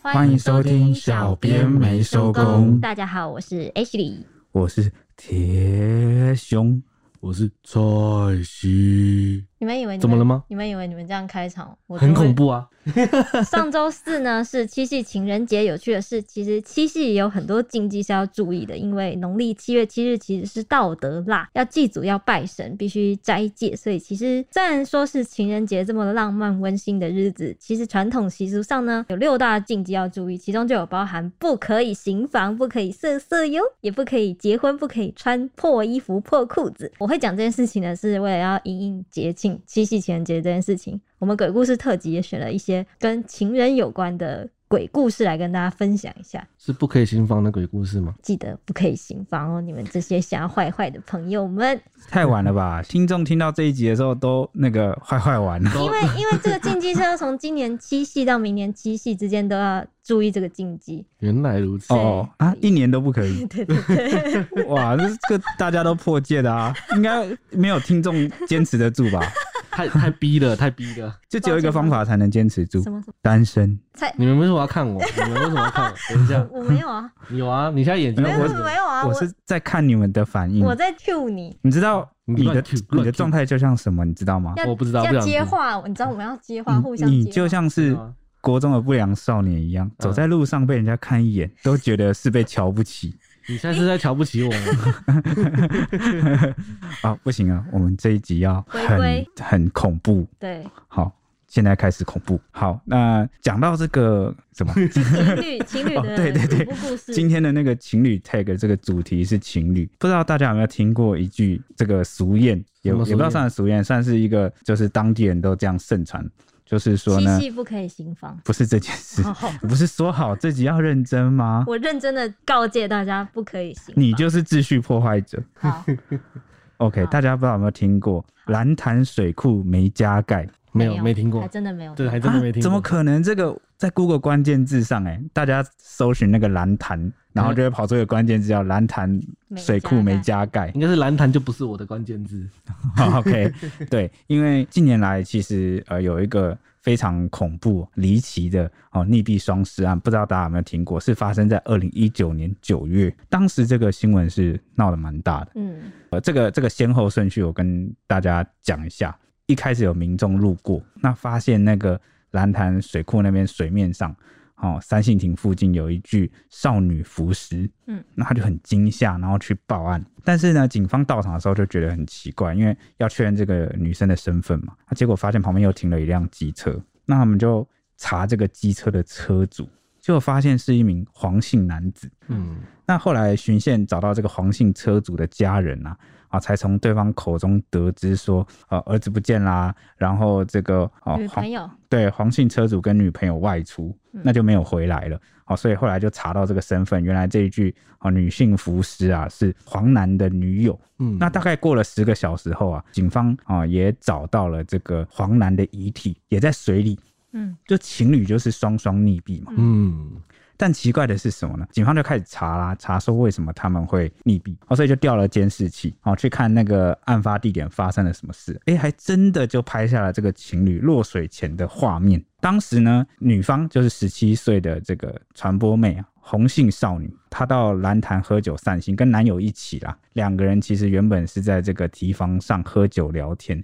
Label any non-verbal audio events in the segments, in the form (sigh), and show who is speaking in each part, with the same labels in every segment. Speaker 1: 欢迎收听小编没收工
Speaker 2: 大家好，我是 H 李。
Speaker 1: 我是铁熊，
Speaker 3: 我是蔡西，
Speaker 2: 你们以为你们
Speaker 3: 怎么了吗？
Speaker 2: 你们以为你们这样开场，我
Speaker 3: 很恐
Speaker 2: 怖。
Speaker 3: 怖啊！
Speaker 2: 上周四呢是七夕情人节，有趣的是，其实七夕也有很多禁忌是要注意的，因为农历七月七日其实是道德腊，要祭祖要拜神，必须斋戒，所以其实虽然说是情人节这么浪漫温馨的日子，其实传统习俗上呢有六大禁忌要注意，其中就有包含不可以行房，不可以色色哟，也不可以结婚，不可以穿破衣服、破裤子。我会讲这件事情呢，是为了要迎应节庆七夕情人节这件事情。我们鬼故事特辑也选了一些跟情人有关的鬼故事来跟大家分享一下。
Speaker 3: 是不可以新房的鬼故事吗？
Speaker 2: 记得不可以行房哦，你们这些想要坏坏的朋友们，
Speaker 1: 太晚了吧？听众听到这一集的时候都那个坏坏完了， (laughs)
Speaker 2: 因为因为这个禁忌是要从今年七夕到明年七夕之间都要注意这个禁
Speaker 1: (laughs)
Speaker 2: 忌。
Speaker 3: 原来如此，
Speaker 1: 哦啊，一年都不可以，
Speaker 2: 对对对，
Speaker 1: 哇，这这个大家都破戒的啊，应该没有听众坚持得住吧？
Speaker 3: 太太逼了，太逼了！
Speaker 1: 就只有一个方法才能坚持住
Speaker 2: 什，么什么
Speaker 1: 单身。
Speaker 2: 才
Speaker 3: 你们为什么要看我？你们为什么要看我？等一下，
Speaker 2: 我没有啊，
Speaker 3: 有啊，你现在眼睛
Speaker 2: 没
Speaker 1: 没
Speaker 2: 有
Speaker 1: 有
Speaker 3: 为什么
Speaker 2: 没有啊，
Speaker 1: 我
Speaker 2: 我
Speaker 1: 是在看你们的反应
Speaker 2: 我，在 cue 你，
Speaker 1: 你知道你
Speaker 3: 乱
Speaker 1: 的
Speaker 3: Q，
Speaker 1: 你
Speaker 3: 乱
Speaker 1: 的
Speaker 3: Q
Speaker 1: 状态就像什么，啊你知道吗？
Speaker 2: 要
Speaker 3: 我不知道不
Speaker 2: 要
Speaker 3: 想
Speaker 2: 接
Speaker 3: 听
Speaker 2: 话，你知道我们要接话，
Speaker 1: 你
Speaker 2: 互相
Speaker 1: 嗯你
Speaker 2: 接
Speaker 1: 就
Speaker 2: 话
Speaker 1: 像是
Speaker 3: 吗嗯
Speaker 1: 国中的不良少年一样，走在路上被人家看一眼，都觉得是被瞧不
Speaker 3: (laughs)
Speaker 1: 起。
Speaker 3: 你现在是在瞧不起我吗？
Speaker 1: 啊，不行啊，我们这一集要
Speaker 2: 回
Speaker 1: 很
Speaker 2: 归
Speaker 1: 很恐怖。
Speaker 2: 对
Speaker 1: 好，现在开始恐怖。好，那讲到这个什么，
Speaker 2: 情侣情侣
Speaker 1: (laughs) 哦
Speaker 2: 的
Speaker 1: 对对对
Speaker 2: 恐怖故事，
Speaker 1: 今天的那个情侣 tag 这个主题是情侣，不知道大家有没有听过一句这个俗谚，也也
Speaker 3: 什么
Speaker 1: 不
Speaker 3: 俗
Speaker 1: 知道
Speaker 3: 谚
Speaker 1: 算是俗谚，算是一个就是当地人都这样盛传，就是说
Speaker 2: 七
Speaker 1: 呢，
Speaker 2: 夕不可以行房。
Speaker 1: 不是这件事，
Speaker 2: 好好
Speaker 1: 不是说好自己要认真吗？
Speaker 2: 我认真的告诫大家不可以行房。
Speaker 1: 你就是秩序破坏者。
Speaker 2: 好，
Speaker 1: OK，
Speaker 2: 好
Speaker 1: 大家不知道有没有听过蓝潭水库没加盖？
Speaker 3: (laughs)
Speaker 1: 啊
Speaker 3: 没有，没听过
Speaker 2: 还，真的没有。
Speaker 3: 对，还真的没听过。
Speaker 1: 怎么？可能？这个在 Google 关键字上、哎，大家搜寻那个蓝潭，然后就会跑出一个关键字叫蓝潭水库没加盖。
Speaker 3: 应该是蓝潭就不是我的关键字。
Speaker 1: (laughs) OK，对，因为近年来其实呃有一个。非常恐怖、离奇的哦，溺毙双尸案，不知道大家有没有听过？是发生在二零一九年九月，当时这个新闻是闹得蛮大的。
Speaker 2: 嗯，
Speaker 1: 呃，这个这个先后顺序我跟大家讲一下。一开始有民众路过，那发现那个蓝潭水库那边水面上，哦，三信亭附近有一具少女浮尸，
Speaker 2: 嗯，
Speaker 1: 那他就很惊吓，然后去报案。但是呢，警方到场的时候就觉得很奇怪，因为要确认这个女生的身份嘛，啊结果发现旁边又停了一辆机车，那他们就查这个机车的车主，结果发现是一名黄姓男子，
Speaker 3: 嗯，
Speaker 1: 那后来巡线找到这个黄姓车主的家人啊，啊，才从对方口中得知说，呃，儿子不见啦，然后这个哦
Speaker 2: 女
Speaker 1: 黄
Speaker 2: 朋友嗯
Speaker 1: 对黄姓车主跟女朋友外出，那就没有回来了。哦，所以后来就查到这个身份，原来这一具哦女性服尸啊是黄男的女友。
Speaker 3: 嗯
Speaker 1: 那大概过了十个小时后啊，警方啊、也找到了这个黄男的遗体，也在水里。
Speaker 2: 嗯，
Speaker 1: 就情侣就是双双溺毙嘛。
Speaker 3: 嗯，
Speaker 1: 但奇怪的是什么呢？警方就开始查啦，查说为什么他们会溺毙，哦，所以就调了监视器，哦，去看那个案发地点发生了什么事。诶，还真的就拍下了这个情侣落水前的画面。当时呢，女方就是十七岁的这个传播妹啊，红姓少女，她到蓝潭喝酒散心，跟男友一起啦。两个人其实原本是在这个提防上喝酒聊天，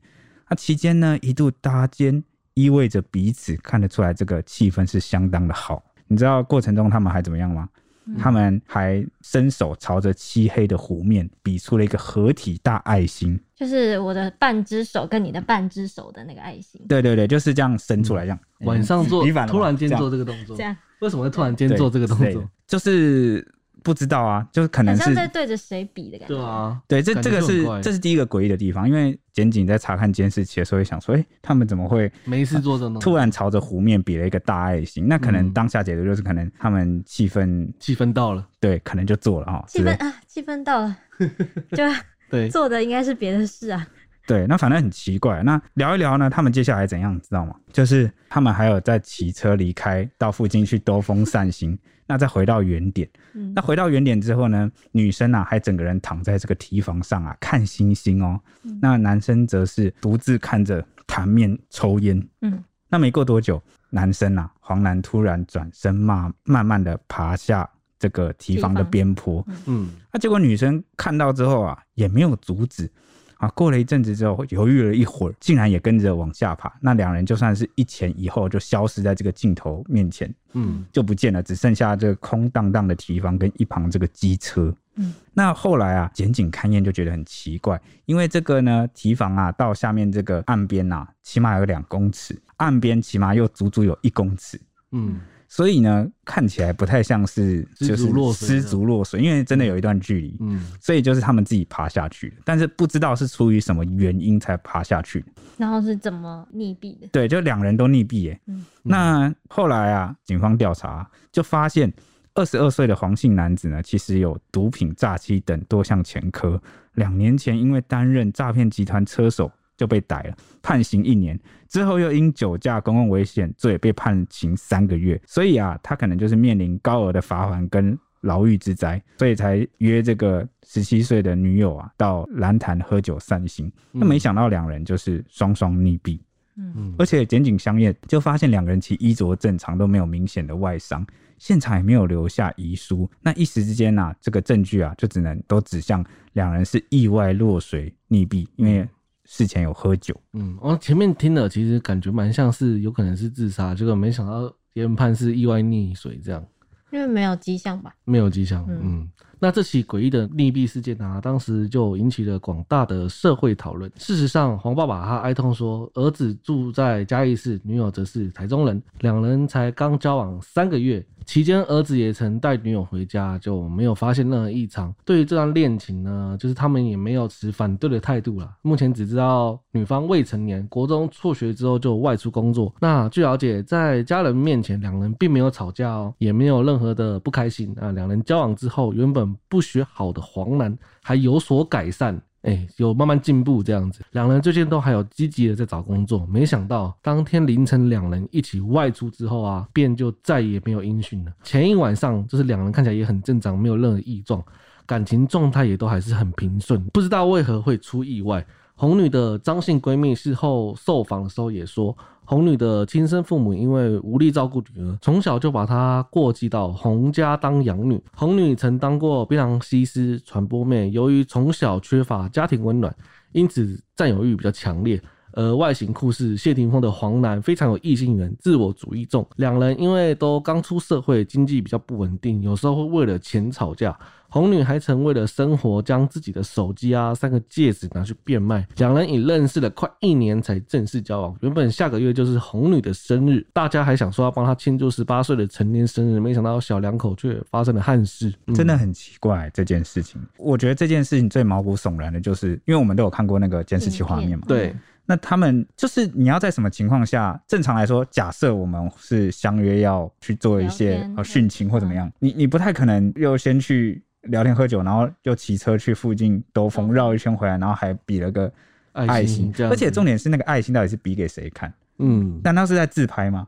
Speaker 1: 那期间呢，一度搭肩，意味着彼此看得出来这个气氛是相当的好。你知道过程中他们还怎么样吗？
Speaker 3: 嗯
Speaker 1: 他们还伸手朝着漆黑的湖面比出了一个合体大爱心。
Speaker 2: 就是我的半只手跟你的半只手的那个爱心，
Speaker 1: 对对对，就是这样伸出来，这样。
Speaker 3: 嗯晚上做
Speaker 1: 你反，了吧
Speaker 3: 突然间
Speaker 1: 这样
Speaker 3: 做这个动作
Speaker 2: 这，样
Speaker 3: 为什么会突然间
Speaker 1: 对
Speaker 3: 做这个动
Speaker 1: 之类的
Speaker 3: 作？
Speaker 1: 就是不知道啊，就是可
Speaker 2: 很
Speaker 1: 能
Speaker 2: 像
Speaker 1: 是
Speaker 2: 在对着谁比的感觉。
Speaker 3: 对，啊，
Speaker 1: 对，这
Speaker 3: 感
Speaker 1: 这
Speaker 3: 觉
Speaker 1: 个
Speaker 3: 就很
Speaker 1: 是
Speaker 3: 怪
Speaker 1: 这是第一个诡异的地方，因为检警在查看监视器的时候，会想说，哎、他们怎么会
Speaker 3: 没事做这种动作
Speaker 1: 突然朝着湖面比了一个大爱心？那可能
Speaker 3: 嗯
Speaker 1: 当下解读就是，可能他们气氛
Speaker 3: 气氛到了，
Speaker 1: 对，可能就做了啊、哦，
Speaker 2: 气
Speaker 1: 之类
Speaker 2: 氛啊，气氛到了， (laughs) 就
Speaker 3: 对，
Speaker 2: 做的应该是别的事啊。
Speaker 1: 对，那反正很奇怪。那聊一聊呢，他们接下来怎样，你知道吗？就是他们还有在骑车离开，到附近去兜风
Speaker 2: (laughs)
Speaker 1: 散心，那再回到原点。
Speaker 2: 嗯
Speaker 1: 那回到原点之后呢，女生啊还整个人躺在这个堤防上啊看星星哦，
Speaker 2: 嗯
Speaker 1: 那男生则是独自看着潭面抽烟。
Speaker 2: 嗯，
Speaker 1: 那没过多久，男生啊，黄男突然转身骂，慢慢的爬下这个提防的
Speaker 2: 提防
Speaker 1: 边坡。
Speaker 3: 嗯，
Speaker 1: 啊，结果女生看到之后啊，也没有阻止。啊，过了一阵子之后，犹豫了一会儿，竟然也跟着往下爬。那两人就算是一前一后，就消失在这个镜头面前，
Speaker 3: 嗯，
Speaker 1: 就不见了，只剩下这个空荡荡的提防跟一旁这个机车。
Speaker 2: 嗯，
Speaker 1: 那后来啊，检警勘验就觉得很奇怪，因为这个呢，提防啊到下面这个岸边啊，起码有两公尺，岸边起码又足足有一公尺，
Speaker 3: 嗯，
Speaker 1: 所以呢，看起来不太像是就
Speaker 3: 失足落
Speaker 1: 是
Speaker 3: 水的
Speaker 1: 失足落水，因为真的有一段距离。
Speaker 3: 嗯，
Speaker 1: 所以就是他们自己爬下去的，但是不知道是出于什么原因才爬下去的。
Speaker 2: 然后是怎么溺毙的？
Speaker 1: 对，就两人都溺毙耶。
Speaker 2: 嗯
Speaker 1: 那后来啊，警方调查、就发现，二十二岁的黄姓男子呢，其实有毒品、诈欺等多项前科。两年前因为担任诈骗集团车手就被逮了，判刑一年，之后又因酒驾、公共危险罪被判刑三个月。所以啊，他可能就是面临高额的罚款跟。牢狱之灾，所以才约这个十七岁的女友啊到蓝潭喝酒散心。那没想到两人就是双双溺毙。
Speaker 3: 嗯，
Speaker 1: 而且检警相验就发现两个人其实衣着正常，都没有明显的外伤，现场也没有留下遗书。那一时之间呐、这个证据啊，就只能都指向两人是意外落水溺毙，因为事前有喝酒。
Speaker 3: 嗯，我、前面听了，其实感觉蛮像是有可能是自杀，结果没想到研判是意外溺水，这样
Speaker 2: 因为没有迹象吧？
Speaker 3: 没有迹象。
Speaker 2: 嗯
Speaker 3: 嗯那这起诡异的溺毙事件啊，当时就引起了广大的社会讨论。事实上，黄爸爸他哀痛说，儿子住在嘉义市，女友则是台中人，两人才刚交往三个月，期间儿子也曾带女友回家，就没有发现任何异常。对于这段恋情呢，就是他们也没有持反对的态度啦。目前只知道女方未成年，国中辍学之后就外出工作。那据了解，在家人面前，两人并没有吵架哦，也没有任何的不开心啊。两人交往之后，原本不学好的黄男还有所改善。哎、有慢慢进步这样子，两人最近都还有积极的在找工作。没想到当天凌晨，两人一起外出之后啊，便就再也没有音讯了。前一晚上，就是两人看起来也很正常，没有任何异状，感情状态也都还是很平顺，不知道为何会出意外。红女的张姓闺蜜事后受访的时候也说，红女的亲生父母因为无力照顾女儿，从小就把她过继到洪家当养女。红女曾当过槟榔西施、传播妹，由于从小缺乏家庭温暖，因此占有欲比较强烈。而外形酷似谢霆锋的黄楠非常有异性缘，自我主义重。两人因为都刚出社会，经济比较不稳定，有时候会为了钱吵架。红女还曾为了生活，将自己的手机啊、三个戒指拿去变卖。两人已认识了快一年才正式交往。原本下个月就是红女的生日，大家还想说要帮她庆祝十八岁的成年生日，没想到小两口却发生了憾事。嗯
Speaker 1: 真的，很奇怪这件事情。我觉得这件事情最毛骨悚然的就是，因为我们都有看过那个监视器画面嘛。
Speaker 3: 对，
Speaker 1: 那他们就是你要在什么情况下？正常来说，假设我们是相约要去做一
Speaker 2: 聊
Speaker 1: 些
Speaker 2: 天
Speaker 1: 呃殉情或怎么样，你你不太可能又先去聊天喝酒，然后又骑车去附近兜风
Speaker 2: 兜风
Speaker 1: 绕一圈回来，然后还比了个爱
Speaker 3: 爱
Speaker 1: 心
Speaker 3: 心，这样
Speaker 1: 而
Speaker 3: 子，
Speaker 1: 且重点是那个爱心到底是比给谁看？
Speaker 3: 嗯，
Speaker 1: 难道是在自拍吗？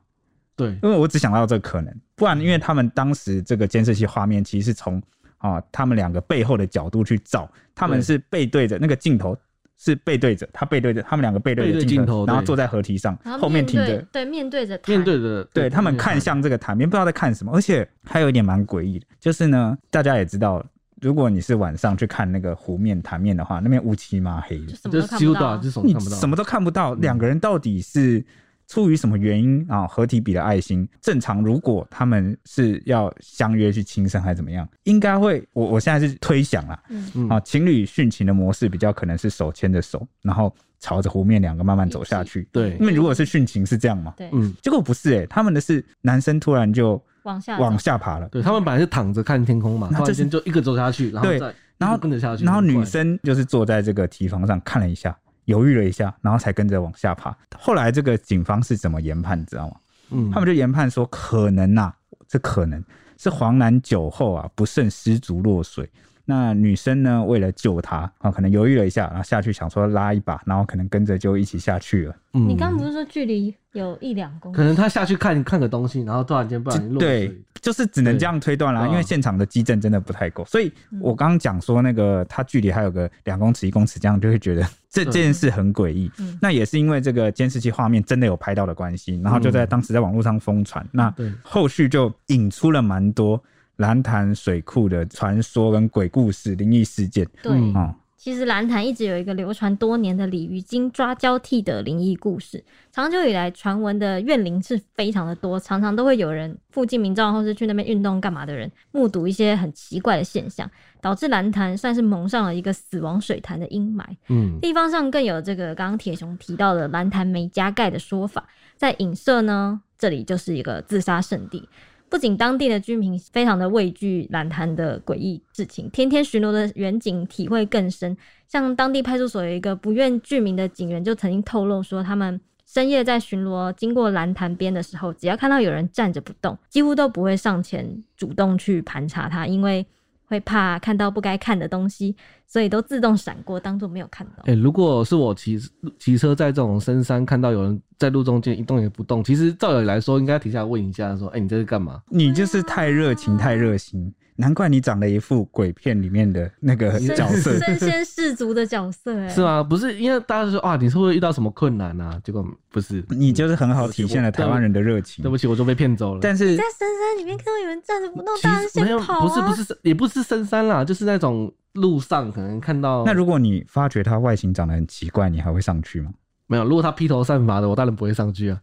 Speaker 3: 对，
Speaker 1: 因为我只想到这个可能，不然因为他们当时这个监视器画面其实是从啊、他们两个背后的角度去照，他们
Speaker 3: 对
Speaker 1: 是背对着那个镜头。是背对着他，背对着他们两个背对
Speaker 3: 背
Speaker 1: 着
Speaker 3: 对
Speaker 1: 镜
Speaker 3: 镜
Speaker 1: 头，
Speaker 3: 头
Speaker 1: 然后
Speaker 3: 对
Speaker 1: 坐在河堤上，
Speaker 2: 然后
Speaker 1: 后面
Speaker 2: 面
Speaker 1: 挺
Speaker 2: 对
Speaker 1: 着，
Speaker 2: 对面对着他
Speaker 3: 面对的，
Speaker 1: 对他们看向这个海面，不知道在看什么。而且还有一点蛮诡异的，就是呢，大家也知道，如果你是晚上去看那个湖面、潭面的话，那边乌漆嘛黑的
Speaker 2: 就，什么都
Speaker 3: 就是
Speaker 2: 看
Speaker 3: 几
Speaker 2: 不
Speaker 3: 乎
Speaker 2: 到
Speaker 3: 到，
Speaker 2: 啊，
Speaker 3: 就是什么
Speaker 1: 你
Speaker 3: 看不到，
Speaker 1: 什么都看不到，
Speaker 3: 嗯
Speaker 1: 两个人到底是出于什么原因啊？合体比的爱心，正常如果他们是要相约去亲生还是怎么样，应该会，我我现在是推想啦，
Speaker 2: 嗯，
Speaker 3: 嗯
Speaker 1: 啊，情侣殉情的模式比较可能是手牵着手，然后朝着湖面两个慢慢走下去。
Speaker 3: 对
Speaker 1: 因为如果是殉情是这样嘛，
Speaker 2: 对，
Speaker 3: 嗯，
Speaker 1: 结果不是诶、欸他们的是男生突然就
Speaker 2: 往下
Speaker 1: 往
Speaker 2: 走
Speaker 1: 下爬了，
Speaker 3: 对他们本来是躺着看天空嘛，
Speaker 1: 那
Speaker 3: 突
Speaker 1: 这
Speaker 3: 然
Speaker 1: 是
Speaker 3: 间就一个走下去，然后
Speaker 1: 对
Speaker 3: 再
Speaker 1: 然后
Speaker 3: 一个跟着下去，
Speaker 1: 然后
Speaker 3: 很怪
Speaker 1: 女生就是坐在这个提防上看了一下，犹豫了一下，然后才跟着往下爬。后来这个警方是怎么研判，你知道吗？
Speaker 3: 嗯
Speaker 1: 他们就研判说，啊可能呐、这可能是黄楠酒后啊不慎失足落水，那女生呢，为了救他啊，可能犹豫了一下，然后下去想说拉一把，然后可能跟着就一起下去了。
Speaker 3: 嗯
Speaker 2: 你刚刚不是说距离有一两公
Speaker 3: 可
Speaker 2: 里？
Speaker 3: 能他下去看看个东西，然后突然间不小心落
Speaker 1: 对
Speaker 3: 水，，
Speaker 1: 就是只能这样推断啦，
Speaker 3: 对嗯
Speaker 1: 因为现场的基证真的不太够，所以我刚刚讲说那个它距离还有个两公尺一公尺，这样就会觉得这
Speaker 3: 对
Speaker 1: 件事很诡异
Speaker 2: 嗯。
Speaker 1: 那也是因为这个监视器画面真的有拍到的关系，然后就在
Speaker 3: 嗯
Speaker 1: 当时在网络上疯传，那
Speaker 3: 对
Speaker 1: 后续就引出了蛮多蓝潭水库的传说跟鬼故事、灵异事件
Speaker 2: 对，
Speaker 3: 嗯
Speaker 1: 哦。
Speaker 2: 其实蓝潭一直有一个流传多年的鲤鱼精抓交替的灵异故事。长久以来，传闻的怨灵是非常的多，常常都会有人附近民众或是去那边运动干嘛的人，目睹一些很奇怪的现象，导致蓝潭算是蒙上了一个死亡水潭的阴霾。
Speaker 3: 嗯，
Speaker 2: 地方上更有这个刚刚铁雄提到的蓝潭没加盖的说法，在影射呢，这里就是一个自杀圣地。不仅当地的居民非常的畏惧蓝潭的诡异事情，天天巡逻的远警体会更深。像当地派出所有一个不愿具名的警员，就曾经透露说，他们深夜在巡逻经过蓝潭边的时候，只要看到有人站着不动，几乎都不会上前主动去盘查他，因为会怕看到不该看的东西，所以都自动闪过，当做没有看到。
Speaker 3: 哎、如果是我骑骑车在这种深山看到有人在路中间一动也不动，其实照理来说应该停下来问一下，说，哎、你这是干嘛？
Speaker 1: 你就是太热情、太热心，难怪你长得一副鬼片里面的那个
Speaker 3: 是
Speaker 1: 角
Speaker 2: (laughs)
Speaker 1: 色。
Speaker 2: 身先士卒的角色、哎，
Speaker 3: 是？吗？不是，因为大家就说啊，你是不是遇到什么困难啊？结果不是，
Speaker 1: 你就是很好体现了台湾人的热情
Speaker 3: 对。不起，我就被骗走了。
Speaker 1: 但是
Speaker 2: 在深山里面看到有人站着不动，
Speaker 3: 其
Speaker 2: 当然
Speaker 3: 实没
Speaker 2: 先
Speaker 3: 有，
Speaker 2: 跑啊！
Speaker 3: 不是不是，也不是深山啦，就是那种路上可能看
Speaker 2: 哦
Speaker 3: 到
Speaker 1: 那如果你发觉他外形长得很奇怪，你还会上去吗？
Speaker 3: 没有，如果他披头散发的，我当然不会上去啊。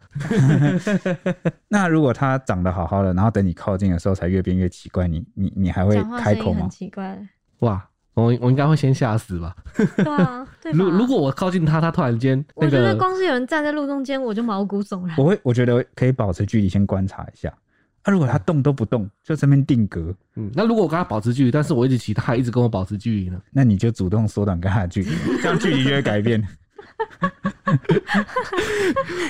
Speaker 1: 那如果他长得好好的，然后等你靠近的时候才越变越奇怪，你你你还会
Speaker 2: 讲话
Speaker 1: 开
Speaker 2: 声
Speaker 1: 口
Speaker 2: 音很
Speaker 1: 吗？
Speaker 2: 奇怪，
Speaker 3: 哇，我我应该会先吓死吧？
Speaker 2: 对啊，对吧？
Speaker 3: 如如果我靠近他，他突然间
Speaker 2: 我
Speaker 3: 那
Speaker 2: 觉得
Speaker 3: 个
Speaker 2: 光是有人站在路中间，我就毛骨悚然。
Speaker 1: 我会，我觉得可以保持距离，先观察一下。那、如果他动都不动，就这边定格，
Speaker 3: 嗯，那如果我跟他保持距离，但是我一直骑，他还一直跟我保持距离呢？ (laughs)
Speaker 1: 那你就主动缩短跟他的距离，这样距离就会改变。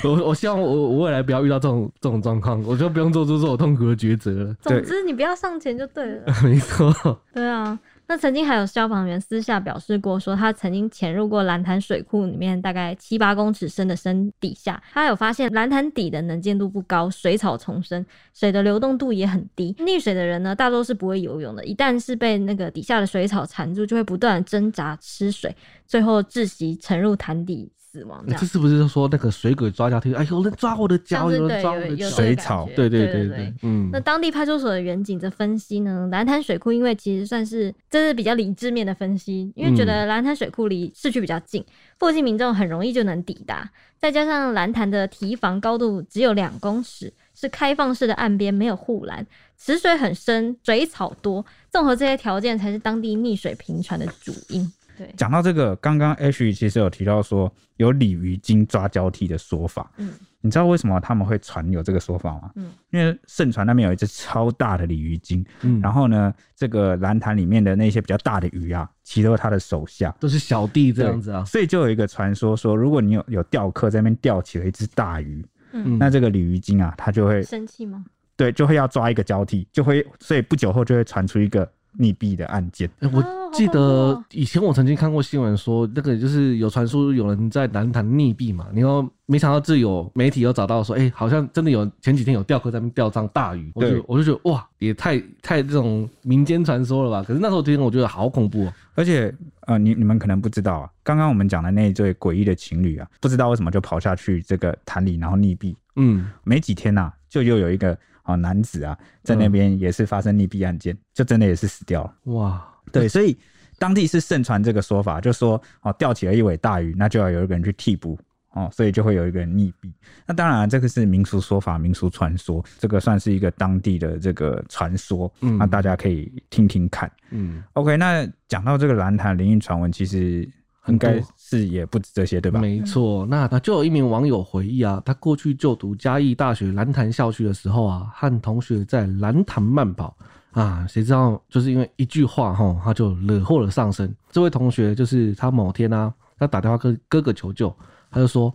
Speaker 3: 我我希望我我未来不要遇到这种这种状况，我就不用做出这种痛苦的抉择了。 (laughs)
Speaker 2: 总
Speaker 1: 对
Speaker 2: 之，你不要上前就对了。(laughs)
Speaker 3: 没错，
Speaker 2: 对啊，那曾经还有消防员私下表示过，说他曾经潜入过蓝潭水库里面大概七八公尺深的深底下，他有发现蓝潭底的能见度不高，水草丛生，水的流动度也很低。溺水的人呢，大多是不会游泳的，一旦是被那个底下的水草缠住，就会不断地挣扎吃水，最后窒息沉入潭底死亡这
Speaker 3: 这
Speaker 2: 样。
Speaker 3: 是不是说那个水鬼抓交替？哎，有人抓我的脚，
Speaker 2: 像是
Speaker 3: 人
Speaker 2: 对
Speaker 3: 抓我
Speaker 2: 有
Speaker 3: 的
Speaker 2: 有
Speaker 3: 脚，
Speaker 2: 这个
Speaker 1: 水
Speaker 2: 感
Speaker 1: 草
Speaker 2: 觉
Speaker 3: 对
Speaker 2: 对
Speaker 3: 对对
Speaker 2: 对
Speaker 3: 对。，嗯
Speaker 2: 那，当地派出所的远景则分析呢，蓝潭水库因为其实算是这是比较理智面的分析，因为觉得蓝潭水库离市区比较近，附近民众很容易就能抵达，再加上蓝潭的堤防高度只有两公尺，是开放式的岸边，没有护栏，池水很深，水草多，综合这些条件才是当地溺水频传的主因。对，
Speaker 1: 讲到这个，刚刚 H 其实有提到说有鲤鱼精抓交替的说法，
Speaker 2: 嗯
Speaker 1: 你知道为什么他们会传有这个说法吗？
Speaker 2: 嗯
Speaker 1: 因为盛传那边有一只超大的鲤鱼精，
Speaker 3: 嗯
Speaker 1: 然后呢，这个蓝潭里面的那些比较大的鱼啊，骑到他的手下，
Speaker 3: 都是小弟这样子啊。
Speaker 1: 所以就有一个传说说，如果你有有钓客在那边钓起了一只大鱼，
Speaker 2: 嗯，
Speaker 1: 那这个鲤鱼精啊，它就会
Speaker 2: 生气吗？
Speaker 1: 对就会要抓一个交替，就会所以不久后就会传出一个溺毙的案件。
Speaker 3: 哎、
Speaker 2: 哦
Speaker 3: 我记
Speaker 2: 好恐怖
Speaker 3: 得
Speaker 2: 哦
Speaker 3: 以前我曾经看过新闻说，那个就是有传说有人在南坛溺毙嘛，然后没想到这有媒体有找到说，哎、好像真的有前几天有钓客在那边钓上大鱼，我
Speaker 1: 对
Speaker 3: 就我就觉得哇，也太太这种民间传说了吧？可是那时候听我觉得好恐怖哦、
Speaker 1: 而且呃，你你们可能不知道啊，刚刚我们讲的那一对诡异的情侣啊，不知道为什么就跑下去这个潭里，然后溺毙。
Speaker 3: 嗯，
Speaker 1: 没几天呐、就又有一个啊、男子啊，在那边也是发生溺毙案件，就真的也是死掉了。
Speaker 3: 哇，
Speaker 1: 对，所以当地是盛传这个说法，就说哦，钓起了一尾大鱼，那就要有一个人去替补哦，所以就会有一个人溺毙。那当然，啊这个是民俗说法、民俗传说，这个算是一个当地的这个传说，
Speaker 3: 嗯
Speaker 1: 那啊大家可以听听看。
Speaker 3: 嗯，
Speaker 1: OK，那讲到这个蓝潭灵异传闻，其实应该
Speaker 3: 很多
Speaker 1: 是也不止这些，对吧？
Speaker 3: 没错，那那就有一名网友回忆啊，他过去就读嘉义大学蓝潭校区的时候啊，和同学在蓝潭慢跑啊，谁知道就是因为一句话哈，他就惹祸了上身。这位同学就是他某天啊，他打电话跟哥哥求救，他就说，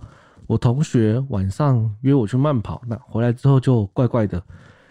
Speaker 3: 我同学晚上约我去慢跑，那回来之后就怪怪的，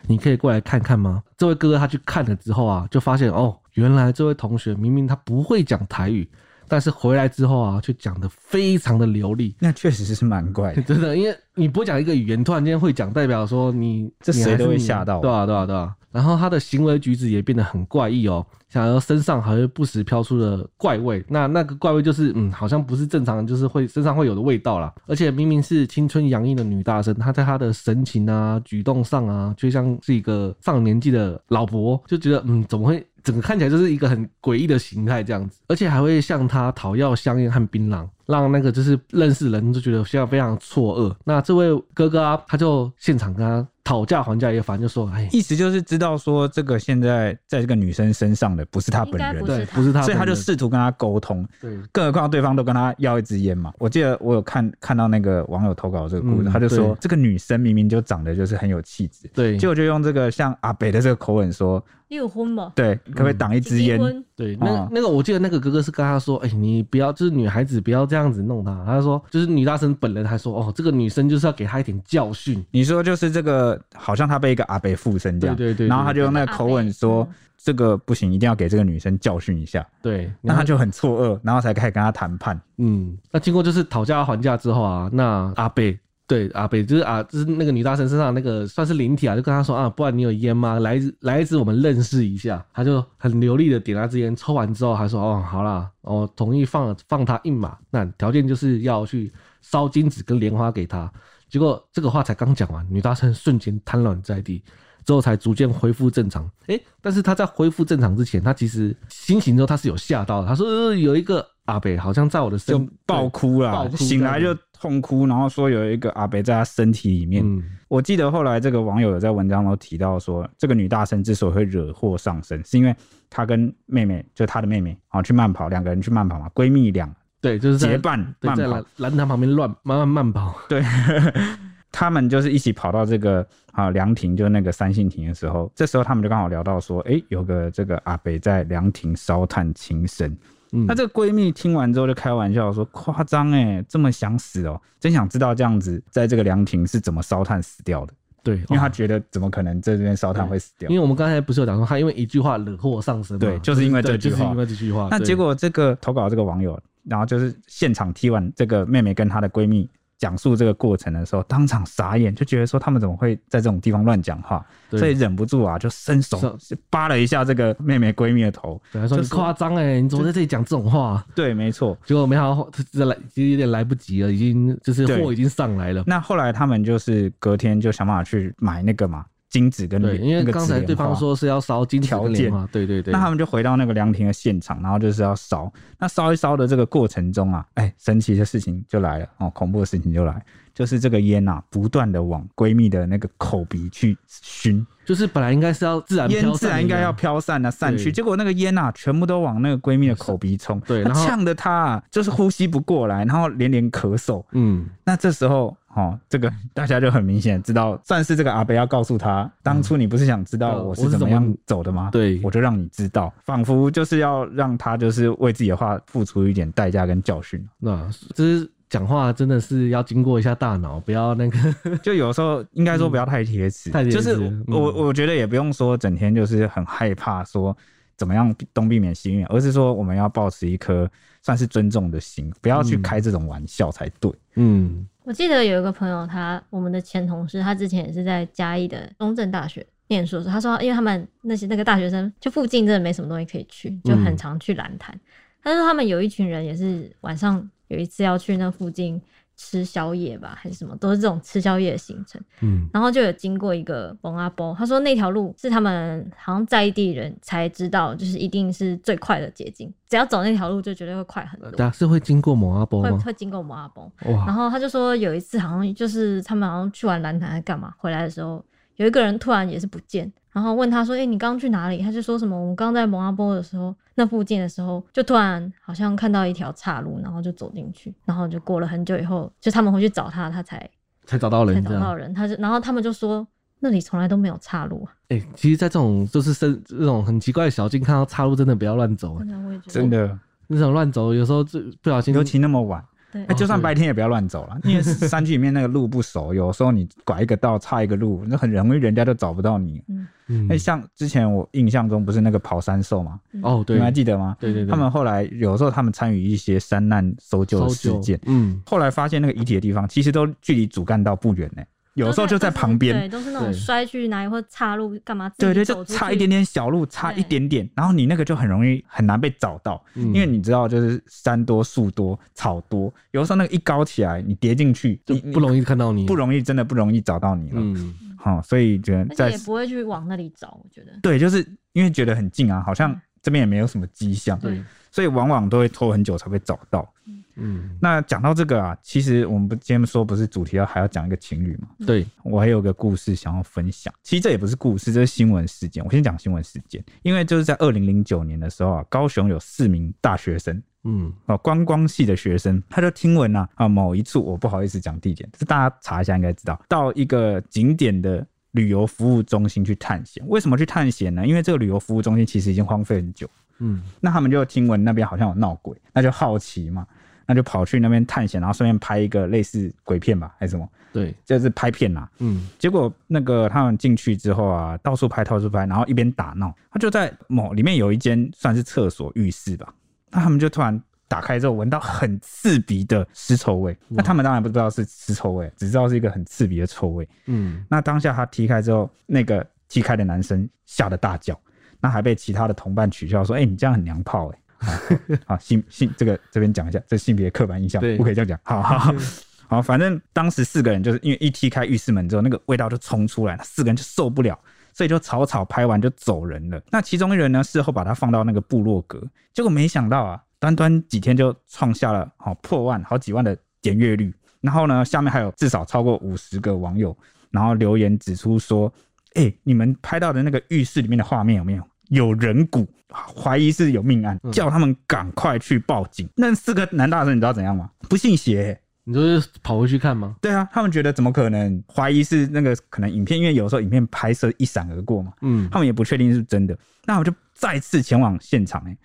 Speaker 3: 你可以过来看看吗？这位哥哥他去看了之后啊，就发现哦，原来这位同学明明他不会讲台语，但是回来之后啊，却讲得非常的流利。
Speaker 1: 那确实是蛮怪
Speaker 3: (laughs)。
Speaker 1: 的
Speaker 3: 真的，因为你不讲一个语言，突然间会讲，代表说你
Speaker 1: 这谁都会
Speaker 3: 你还是你
Speaker 1: 吓到
Speaker 3: 对啊，对啊，对啊。然后他的行为举止也变得很怪异哦，想要身上还会不时飘出了怪味。那那个怪味就是，嗯，好像不是正常人，就是会身上会有的味道啦。而且明明是青春洋溢的女大生，她在她的神情啊、举动上啊，就像是一个上了年纪的老伯，就觉得，嗯，怎么会？整个看起来就是一个很诡异的形态这样子，而且还会向他讨要香烟和槟榔，让那个就是认识人就觉得非常非常错愕。那这位哥哥啊，他就现场跟他讨价还价也反正就说，哎，
Speaker 1: 意思就是知道说这个现在在这个女生身上的不是她本
Speaker 2: 应该
Speaker 1: 人
Speaker 2: 不，是
Speaker 3: 对，
Speaker 2: 他
Speaker 3: 不是他本人，
Speaker 1: 所以他就试图跟她沟通，
Speaker 3: 对
Speaker 1: 更何况对方都跟他要一支烟嘛。我记得我有看看到那个网友投稿这个故事，
Speaker 3: 嗯
Speaker 1: 他就说
Speaker 3: 对嗯
Speaker 1: 这个女生明明就长得就是很有气质，
Speaker 3: 对
Speaker 1: 结果就用这个像阿北的这个口吻说，
Speaker 2: 你有婚吗？
Speaker 1: 对，可
Speaker 3: 嗯
Speaker 1: 不可以挡一支烟？
Speaker 2: 婚
Speaker 3: 对，那
Speaker 1: 哦
Speaker 3: 那个我记得那个哥哥是跟他说，哎、你不要，就是女孩子不要这样子弄她。他说，就是女大生本人还说，哦，这个女生就是要给她一点教训。
Speaker 1: 你说就是这个，好像他被一个阿北附身这样，
Speaker 3: 对对对对
Speaker 1: 然后他就用那个口吻说
Speaker 2: 那个阿。
Speaker 1: 这个不行，一定要给这个女生教训一下。
Speaker 3: 对，
Speaker 1: 那他就很错愕，然后才开始跟他谈判。
Speaker 3: 嗯，那经过就是讨价还价之后啊，那阿北对阿北就是啊，就是那个女大生身上那个算是灵体啊，就跟他说啊，不然你有烟吗？来一支来一支，我们认识一下。他就很流利的点那支烟，抽完之后还说哦，好啦，我、同意放放他一马，那条件就是要去烧金纸跟莲花给他。结果这个话才刚讲完，女大生瞬间瘫软在地。之后才逐渐恢复正常。诶，但是他在恢复正常之前，他其实清醒之后他是有吓到的。他说、呃有一个阿北好像在我的身
Speaker 1: 就爆哭
Speaker 3: 对爆
Speaker 1: 啦，
Speaker 3: 哭
Speaker 1: 醒来就痛哭，然后说有一个阿北在他身体里面。
Speaker 3: 嗯，
Speaker 1: 我记得后来这个网友有在文章中提到说，这个女大生之所以会惹祸上身，是因为她跟妹妹，就她的妹妹啊、去慢跑，两个人去慢跑嘛，闺蜜俩
Speaker 3: 对，就是在
Speaker 1: 结伴
Speaker 3: 对
Speaker 1: 慢
Speaker 3: 在
Speaker 1: 跑
Speaker 3: 蓝，蓝潭旁边乱慢慢慢跑，
Speaker 1: 对。他们就是一起跑到这个啊凉亭，就是那个三姓亭的时候，这时候他们就刚好聊到说，诶，有个这个阿北在凉亭烧炭轻生，
Speaker 3: 嗯，
Speaker 1: 那这个闺蜜听完之后就开玩笑说：“夸张哎，这么想死哦，真想知道这样子在这个凉亭是怎么烧炭死掉的，
Speaker 3: 对，
Speaker 1: 因为
Speaker 3: 哦
Speaker 1: 她觉得怎么可能在这边烧炭会死掉
Speaker 3: 因？为我们刚才不是有讲说他因为一句话惹祸上身嘛，
Speaker 1: 对就是因为
Speaker 3: 对
Speaker 1: 这句
Speaker 3: 就是
Speaker 1: 话
Speaker 3: 因为这句话。
Speaker 1: 那
Speaker 3: 哦对
Speaker 1: 结果这个投稿这个网友，然后就是现场踢完这个妹妹跟她的闺蜜讲述这个过程的时候，当场傻眼，就觉得说他们怎么会在这种地方乱讲话，
Speaker 3: 对
Speaker 1: 所以忍不住啊，就伸手扒了一下这个妹妹闺蜜的头。
Speaker 3: 对他说
Speaker 1: 就
Speaker 3: 你
Speaker 1: 是
Speaker 3: 夸张哎，你怎么在这里讲这种话？
Speaker 1: 对，没错。
Speaker 3: 结果没想到他这来其实有点来不及了，已经就是
Speaker 1: 对
Speaker 3: 货已经上来了。
Speaker 1: 那后来他们就是隔天就想办法去买那个嘛金子跟
Speaker 3: 对，
Speaker 1: 莲
Speaker 3: 因为
Speaker 1: 嗯那个
Speaker 3: 刚
Speaker 1: 紫
Speaker 3: 才
Speaker 1: 莲
Speaker 3: 对方
Speaker 1: 花
Speaker 3: 说是要烧金条
Speaker 1: 条
Speaker 3: 莲
Speaker 1: 件
Speaker 3: 嘛，对对对，
Speaker 1: 那他们就回到那个凉亭的现场，然后就是要烧。那烧一烧的这个过程中啊，哎，神奇的事情就来了哦，恐怖的事情就来，就是这个烟啊，不断的往闺蜜的那个口鼻去熏，
Speaker 3: 就是本来应该是要自然飘
Speaker 1: 烟
Speaker 3: 散
Speaker 1: 自然应该要飘散啊散去，
Speaker 3: 对
Speaker 1: 结果那个烟啊，全部都往那个闺蜜的口鼻冲，
Speaker 3: 对
Speaker 1: 她
Speaker 3: 然后
Speaker 1: 呛得她啊就是呼吸不过来，然后连连咳嗽。
Speaker 3: 嗯，
Speaker 1: 那这时候。哦，这个 (laughs) 大家就很明显知道，算是这个阿北要告诉她，当初你不是想知道啊
Speaker 3: 嗯
Speaker 1: 我
Speaker 3: 我
Speaker 1: 是
Speaker 3: 是
Speaker 1: 怎么
Speaker 3: 怎么
Speaker 1: 样走的吗？
Speaker 3: 对
Speaker 1: 我就让你知道，仿佛就是要让他就是为自己的话付出一点代价跟教训。
Speaker 3: 那就是讲话真的是要经过一下大脑，不要那个 (laughs)
Speaker 1: 就有时候应该说不要太铁齿，
Speaker 3: 太铁齿
Speaker 1: 就是
Speaker 3: 嗯
Speaker 1: 我我觉得也不用说整天就是很害怕说怎么样东避免西避免，而是说我们要保持一颗算是尊重的心，不要去
Speaker 3: 嗯
Speaker 1: 开这种玩笑才对。
Speaker 3: 嗯
Speaker 2: 我记得有一个朋友他，我们的前同事，他之前也是在嘉义的中正大学念书的时候，他说，因为他们那些那个大学生，就附近真的没什么东西可以去，就
Speaker 3: 嗯
Speaker 2: 很常去蓝潭。他说他们有一群人也是晚上有一次要去那附近吃宵夜吧，还是什么，都是这种吃宵夜的行程。
Speaker 3: 嗯
Speaker 2: 然后就有经过一个蒙阿波，他说那条路是他们好像在地人才知道，就是一定是最快的捷径，只要走那条路就绝对会快很
Speaker 3: 呃，
Speaker 2: 多，
Speaker 3: 但是会经过蒙阿波
Speaker 2: 会
Speaker 3: 吗？
Speaker 2: 会经过蒙阿波。然
Speaker 3: 哇，
Speaker 2: 后他就说有一次好像就是他们好像去玩蓝潭还干嘛，回来的时候有一个人突然也是不见，然后问他说：“哎、你刚刚去哪里？”他就说什么：“我们刚在蒙阿波的时候，那附近的时候，就突然好像看到一条岔路，然后就走进去，然后就过了很久以后，就他们回去找他，他才
Speaker 3: 才找到
Speaker 2: 才
Speaker 3: 人
Speaker 2: 找
Speaker 3: 这
Speaker 2: 到
Speaker 1: 啊
Speaker 3: 样。
Speaker 2: 人。他就然后他们就说那里从来都没有岔路啊，
Speaker 3: 哎、其实，在这种就是深这种很奇怪的小径，
Speaker 2: 嗯
Speaker 1: 啊
Speaker 3: 看到岔路真的不要乱走、哎
Speaker 2: 真的我也觉得
Speaker 1: 真的，
Speaker 3: 那种乱走有时候就不小心
Speaker 1: 尤其那么晚，
Speaker 2: 对
Speaker 1: 那就算
Speaker 3: 哦对
Speaker 1: 白天也不要乱走了，因为山区里面那个路不熟，有时候你拐一个道岔一个路，那很容易人家就找不到你。
Speaker 3: 嗯
Speaker 1: 哎、像之前我印象中不是那个跑山兽吗？
Speaker 3: 哦，
Speaker 1: 你
Speaker 3: 对，
Speaker 1: 们还记得吗？
Speaker 3: 对对对，
Speaker 1: 他们后来有时候他们参与一些山难搜救的
Speaker 3: 搜
Speaker 1: 事
Speaker 3: 救
Speaker 1: 件，
Speaker 3: 嗯，
Speaker 1: 后来发现那个遗体的地方其实都距离主干道不远呢、有时候就在旁边，
Speaker 2: 对，都是那种
Speaker 3: 对
Speaker 2: 摔去哪里或岔路干嘛，
Speaker 1: 对对，
Speaker 2: 自己
Speaker 1: 就
Speaker 2: 走出去
Speaker 1: 差一点，点小路，差一
Speaker 2: 对
Speaker 1: 点点，然后你那个就很容易很难被找到，
Speaker 3: 因
Speaker 1: 因为你知道就是山多树多草多，有时候那个一高起来，你跌进去，
Speaker 3: 就
Speaker 1: 你你
Speaker 3: 不容易看到你，
Speaker 1: 不容易真的不容易找到你了，
Speaker 3: 嗯，
Speaker 1: 好、所以觉得
Speaker 2: 而且
Speaker 1: 在
Speaker 2: 也不会去往那里找，我觉得。
Speaker 1: 对，就是因为觉得很近啊，好像
Speaker 2: 嗯
Speaker 1: 这边也没有什么迹象，
Speaker 3: 对，
Speaker 1: 所以往往都会拖很久才会找到。
Speaker 3: 嗯，
Speaker 1: 那讲到这个啊，其实我们不今天说不是主题要还要讲一个情侣嘛？
Speaker 3: 对，
Speaker 1: 我还有个故事想要分享。其实这也不是故事，这是新闻事件。我先讲新闻事件，因为就是在二零零九年的时候啊，高雄有四名大学生。
Speaker 3: 嗯，
Speaker 1: 哦，观光系的学生，他就听闻啊啊某一处，我不好意思讲地点，这大家查一下应该知道，到一个景点的旅游服务中心去探险。为什么去探险呢？因为这个旅游服务中心其实已经荒废很久，
Speaker 3: 嗯，
Speaker 1: 那他们就听闻那边好像有闹鬼，那就好奇嘛，那就跑去那边探险，然后顺便拍一个类似鬼片吧，还是什么，
Speaker 3: 对，
Speaker 1: 就是拍片啦、
Speaker 3: 嗯，
Speaker 1: 结果那个他们进去之后啊，到处拍，到处拍，然后一边打闹。他就在某里面有一间算是厕所浴室吧，那他们就突然打开之后，闻到很刺鼻的尸臭味。那他们当然不知道是尸臭味，只知道是一个很刺鼻的臭味。
Speaker 3: 嗯，
Speaker 1: 那当下他踢开之后，那个踢开的男生吓得大叫，那还被其他的同伴取笑说：“哎、你这样很娘炮哎、 (laughs) 好，好性性这个这边讲一下，这性别刻板印象
Speaker 3: 对
Speaker 1: 不可以这样讲。好好好 (laughs) 好，反正当时四个人就是因为一踢开浴室门之后，那个味道就冲出来，四个人就受不了。所以就草草拍完就走人了。那其中一人呢，事后把他放到那个部落格，结果没想到啊，短短几天就创下了好、破万、好几万的点阅率。然后呢，下面还有至少超过五十个网友，然后留言指出说：“哎、你们拍到的那个浴室里面的画面有没有？”有人骨，怀疑是有命案，
Speaker 3: 嗯
Speaker 1: 叫他们赶快去报警。那四个男大生，你知道怎样吗？不信邪、
Speaker 3: 你就是跑回去看吗？
Speaker 1: 对啊，他们觉得怎么可能？怀疑是那个可能影片，因为有时候影片拍摄一闪而过嘛，
Speaker 3: 嗯，
Speaker 1: 他们也不确定是不是真的。那我就再次前往现场、欸，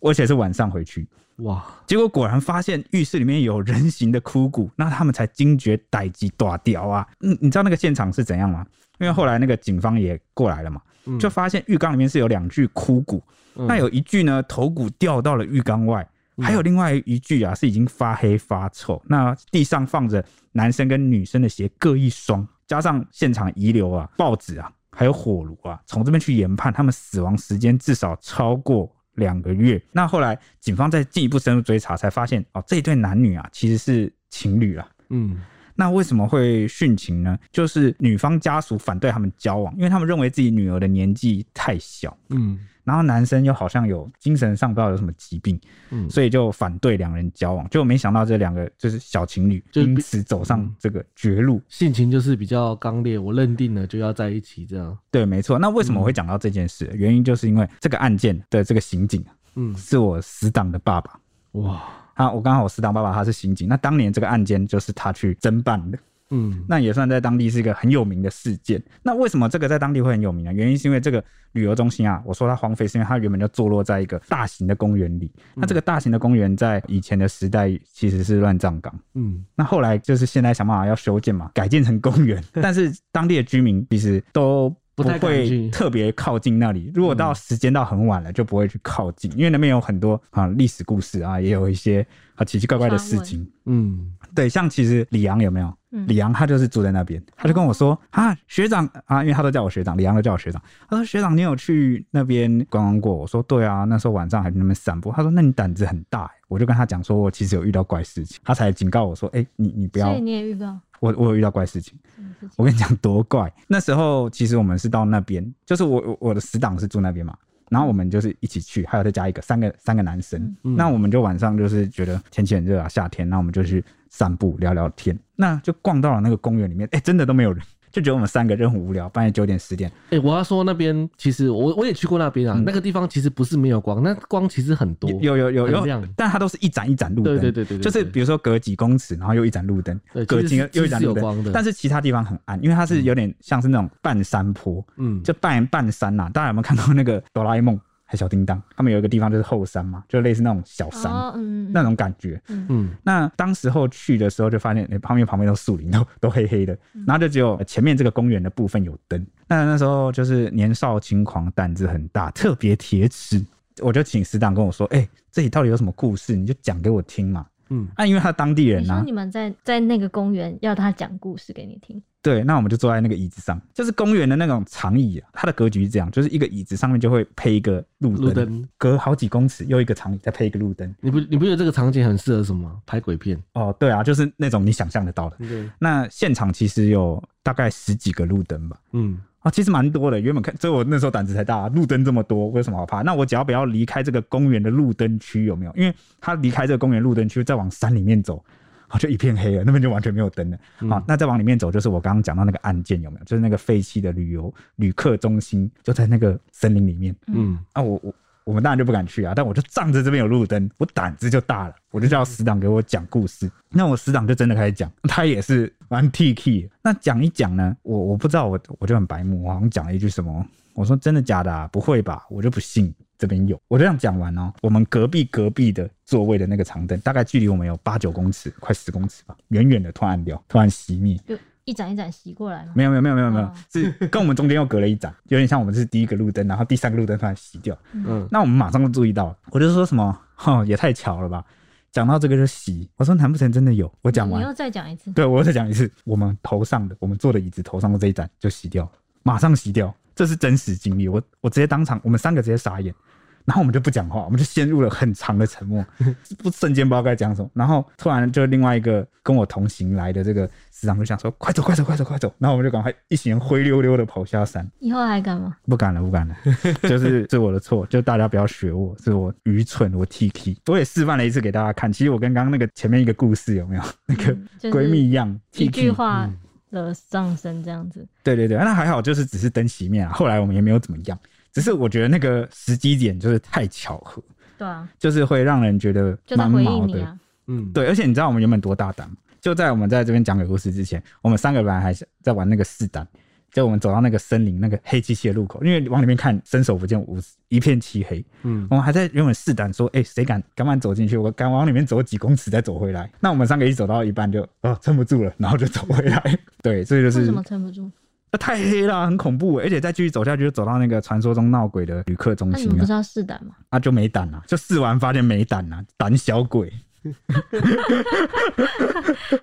Speaker 1: 而且是晚上回去，
Speaker 3: 哇，
Speaker 1: 结果果然发现浴室里面有人形的枯骨，那他们才惊觉逮鸡大屌啊！嗯，你知道那个现场是怎样吗？因为后来那个警方也过来了嘛，
Speaker 3: 嗯
Speaker 1: 就发现浴缸里面是有两具枯骨，
Speaker 3: 嗯
Speaker 1: 那有一具呢头骨掉到了浴缸外，还有另外一具啊是已经发黑发臭，那地上放着男生跟女生的鞋各一双，加上现场遗留啊报纸啊还有火炉啊，从这边去研判他们死亡时间至少超过。两个月，那后来警方再进一步深入追查，才发现哦，这一对男女啊其实是情侣啊，
Speaker 3: 嗯，
Speaker 1: 那为什么会殉情呢？就是女方家属反对他们交往，因为他们认为自己女儿的年纪太小，
Speaker 3: 嗯，
Speaker 1: 然后男生又好像有精神上不知道有什么疾病，
Speaker 3: 嗯，
Speaker 1: 所以就反对两人交往。就没想到这两个就是小情侣，
Speaker 3: 就是嗯
Speaker 1: 因此走上这个绝路。
Speaker 3: 性情就是比较刚烈，我认定了就要在一起这样。
Speaker 1: 对，没错。那为什么我会讲到这件事？原因就是因为这个案件的这个刑警啊
Speaker 3: 嗯，
Speaker 1: 是我死党的爸爸。
Speaker 3: 哇，
Speaker 1: 啊，我刚好我死党爸爸他是刑警，那当年这个案件就是他去侦办的。
Speaker 3: 嗯，
Speaker 1: 那也算在当地是一个很有名的事件。那为什么这个在当地会很有名呢？原因是因为这个旅游中心啊，我说它荒废，是因为它原本就坐落在一个大型的公园里。那这个大型的公园在以前的时代其实是乱葬岗。
Speaker 3: 嗯，
Speaker 1: 那后来就是现在想办法要修建嘛，改建成公园，但是当地的居民其实都不
Speaker 3: 不太敢
Speaker 1: 会
Speaker 3: 去
Speaker 1: 特别靠近那里。如果到时间到很晚了，就不会去靠近，因为那边有很多啊历史故事啊，也有一些啊奇奇怪怪的事
Speaker 2: 传闻
Speaker 1: 情。
Speaker 3: 嗯，
Speaker 1: 对，像其实李阳有没有？
Speaker 2: 嗯哦
Speaker 1: 李阳他就是住在那边，他就跟我说啊，学长啊，因为他都叫我学长，李阳都叫我学长。他说学长，你有去那边观光过？我说对啊，那时候晚上还去那边散步。他说那你胆子很大、欸，我就跟他讲说我其实有遇到怪事情，他才警告我说，哎、你你不
Speaker 2: 所
Speaker 1: 要
Speaker 2: 以，你也遇到
Speaker 1: 我我有遇到怪事情。
Speaker 2: 这种事情
Speaker 1: 我跟你讲多怪，那时候其实我们是到那边，就是我我我的死党是住那边嘛，然后我们就是一起去，还有再加一个三个三个男生，
Speaker 3: 嗯
Speaker 1: 那我们就晚上就是觉得天气很热啊，夏天，那我们就去散步聊聊天，那就逛到了那个公园里面，哎、真的都没有人，就觉得我们三个人很无聊，半夜九点十点，
Speaker 3: 哎、我要说那边其实我我也去过那边啊，那个地方其实不是没有光，那光其实很多。
Speaker 1: 嗯有有有有
Speaker 3: 很
Speaker 1: 有
Speaker 3: 亮，
Speaker 1: 但它都是一盏一盏路灯，
Speaker 3: 对对对对对
Speaker 1: 就是比如说隔几公尺，然后又一盏路灯
Speaker 3: 对，
Speaker 1: 隔
Speaker 3: 其实
Speaker 1: 几个又
Speaker 3: 是
Speaker 1: 一盏
Speaker 3: 其实
Speaker 1: 路
Speaker 3: 是有光
Speaker 1: 灯
Speaker 3: 的，
Speaker 1: 但是其他地方很暗，因为它是有点像是那种半山坡，
Speaker 3: 嗯，
Speaker 1: 啊就半半山呐、大家有没有看过那个哆啦 A 梦？还小叮当，他们有一个地方就是后山嘛，就类似那种小山、
Speaker 2: 哦，嗯，嗯
Speaker 1: 那种感觉。
Speaker 3: 嗯，
Speaker 1: 那当时候去的时候就发现，诶旁边旁边都树林 (laughs) 都都黑黑的，
Speaker 2: 嗯
Speaker 1: 然后就只有呃前面这个公园的部分有灯。那那时候就是年少轻狂，胆子很大，特别铁齿。我就请师长跟我说：“哎、这里到底有什么故事？你就讲给我听嘛。”
Speaker 3: 嗯
Speaker 1: 啊，因为他当地
Speaker 2: 你
Speaker 1: 人
Speaker 2: 说
Speaker 1: 啊
Speaker 2: 你，们在在那个公园要他讲故事给你听，
Speaker 1: 对，那我们就坐在那个椅子上，就是公园的那种长椅啊。它的格局是这样，就是一个椅子上面就会配一个路
Speaker 3: 路
Speaker 1: 灯，
Speaker 3: 灯，
Speaker 1: 隔好几公尺又一个长椅，再配一个路灯。
Speaker 3: 你不你不觉得这个场景很适合什么？拍鬼片。
Speaker 1: 哦，对啊，就是那种你想象得到的。
Speaker 3: 对，
Speaker 1: 那现场其实有大概十几个路灯吧。
Speaker 3: 嗯，
Speaker 1: 啊，其实蛮多的。原本看，所以我那时候胆子才大、路灯这么多，我有什么好怕？那我只要不要离开这个公园的路灯区，有没有？因为他离开这个公园路灯区，再往山里面走，啊，就一片黑了，那边就完全没有灯了。
Speaker 3: 嗯
Speaker 1: 好、那再往里面走，就是我刚刚讲到那个案件，有没有？就是那个废弃的旅游旅客中心，就在那个森林里面。
Speaker 3: 嗯，
Speaker 1: 啊，我我我们当然就不敢去啊，但我就仗着这边有路灯，我胆子就大了，我就叫死党给我讲故事。那我死党就真的开始讲，他也是蛮 T K。那讲一讲呢，我我不知道，我我就很白目，我好像讲了一句什么，我说真的假的、啊？不会吧？我就不信。这边有，我就这样讲完哦。我们隔壁隔壁的座位的那个长灯，大概距离我们有八九公尺，快十公尺吧，远远的突然暗掉，突然熄灭。
Speaker 2: 就一盏一盏袭过来嘛。
Speaker 1: 没有没有没有没有没有
Speaker 2: 哦，
Speaker 1: 是跟我们中间又隔了一盏，有点像我们是第一个路灯，然后第三个路灯突然熄掉。
Speaker 3: 嗯，
Speaker 1: 那我们马上就注意到了，我就说什么， (laughs) 哼，也太巧了吧！讲到这个就洗，我说难不成真的有？我讲
Speaker 2: 你
Speaker 1: 完
Speaker 2: 又，再讲一次，
Speaker 1: 对我再讲一次，我们头上的，我们坐的椅子头上的这一盏就洗掉，马上洗掉，这是真实经历，我我直接当场，我们三个直接傻眼。然后我们就不讲话，我们就陷入了很长的
Speaker 2: (laughs)
Speaker 1: 沉默，不瞬间不知道该讲什么。然后突然就另外一个跟我同行来的这个师长就想说：“快走，快走，快走，快走！”然后我们就赶快一行人灰溜溜的跑下山。
Speaker 2: 以后还敢吗？
Speaker 1: 不敢了，不敢了， (laughs) 就是是我的错，就大家不要学我，是我愚蠢，我 T K，我也示范了一次给大家看。其实我跟刚刚那个前面一个故事有没有那个
Speaker 2: 嗯就是
Speaker 1: 闺蜜一嗯样
Speaker 2: 一
Speaker 1: T
Speaker 2: 句
Speaker 1: K？
Speaker 2: 话惹上身这样子，
Speaker 1: 对对对，啊那还好，就是只是灯熄灭啊，后来我们也没有怎么样，只是我觉得那个时机点就是太巧合，
Speaker 2: 对啊，
Speaker 1: 就是会让人觉得
Speaker 2: 就在
Speaker 1: 蛮
Speaker 2: 回
Speaker 1: 毛
Speaker 2: 应
Speaker 1: 的
Speaker 2: 你。啊。
Speaker 3: 嗯，
Speaker 1: 对，而且你知道我们原本多大胆吗？就在我们在这边讲鬼故事之前，我们三个本来还是在玩那个试胆，就我们走到那个森林那个黑漆漆的路口，因为往里面看伸手不见五指，一片漆黑。
Speaker 3: 嗯
Speaker 1: 我们还在原本试胆说，哎、谁敢敢不敢走进去？我敢往里面走几公尺再走回来。那我们三个一走到一半就啊撑不住了，然后就走回来。 (laughs) 对，这就
Speaker 2: 为
Speaker 1: 是
Speaker 2: 什么撑不住？
Speaker 1: 那太黑了，很恐怖，而且再继续走下去就走到那个传说中闹鬼的旅客中
Speaker 2: 那你
Speaker 1: 心
Speaker 2: 们不
Speaker 1: 了
Speaker 2: 是，要试胆吗？ (laughs)
Speaker 1: 啊就没胆了、就试完发现没胆了、胆小鬼。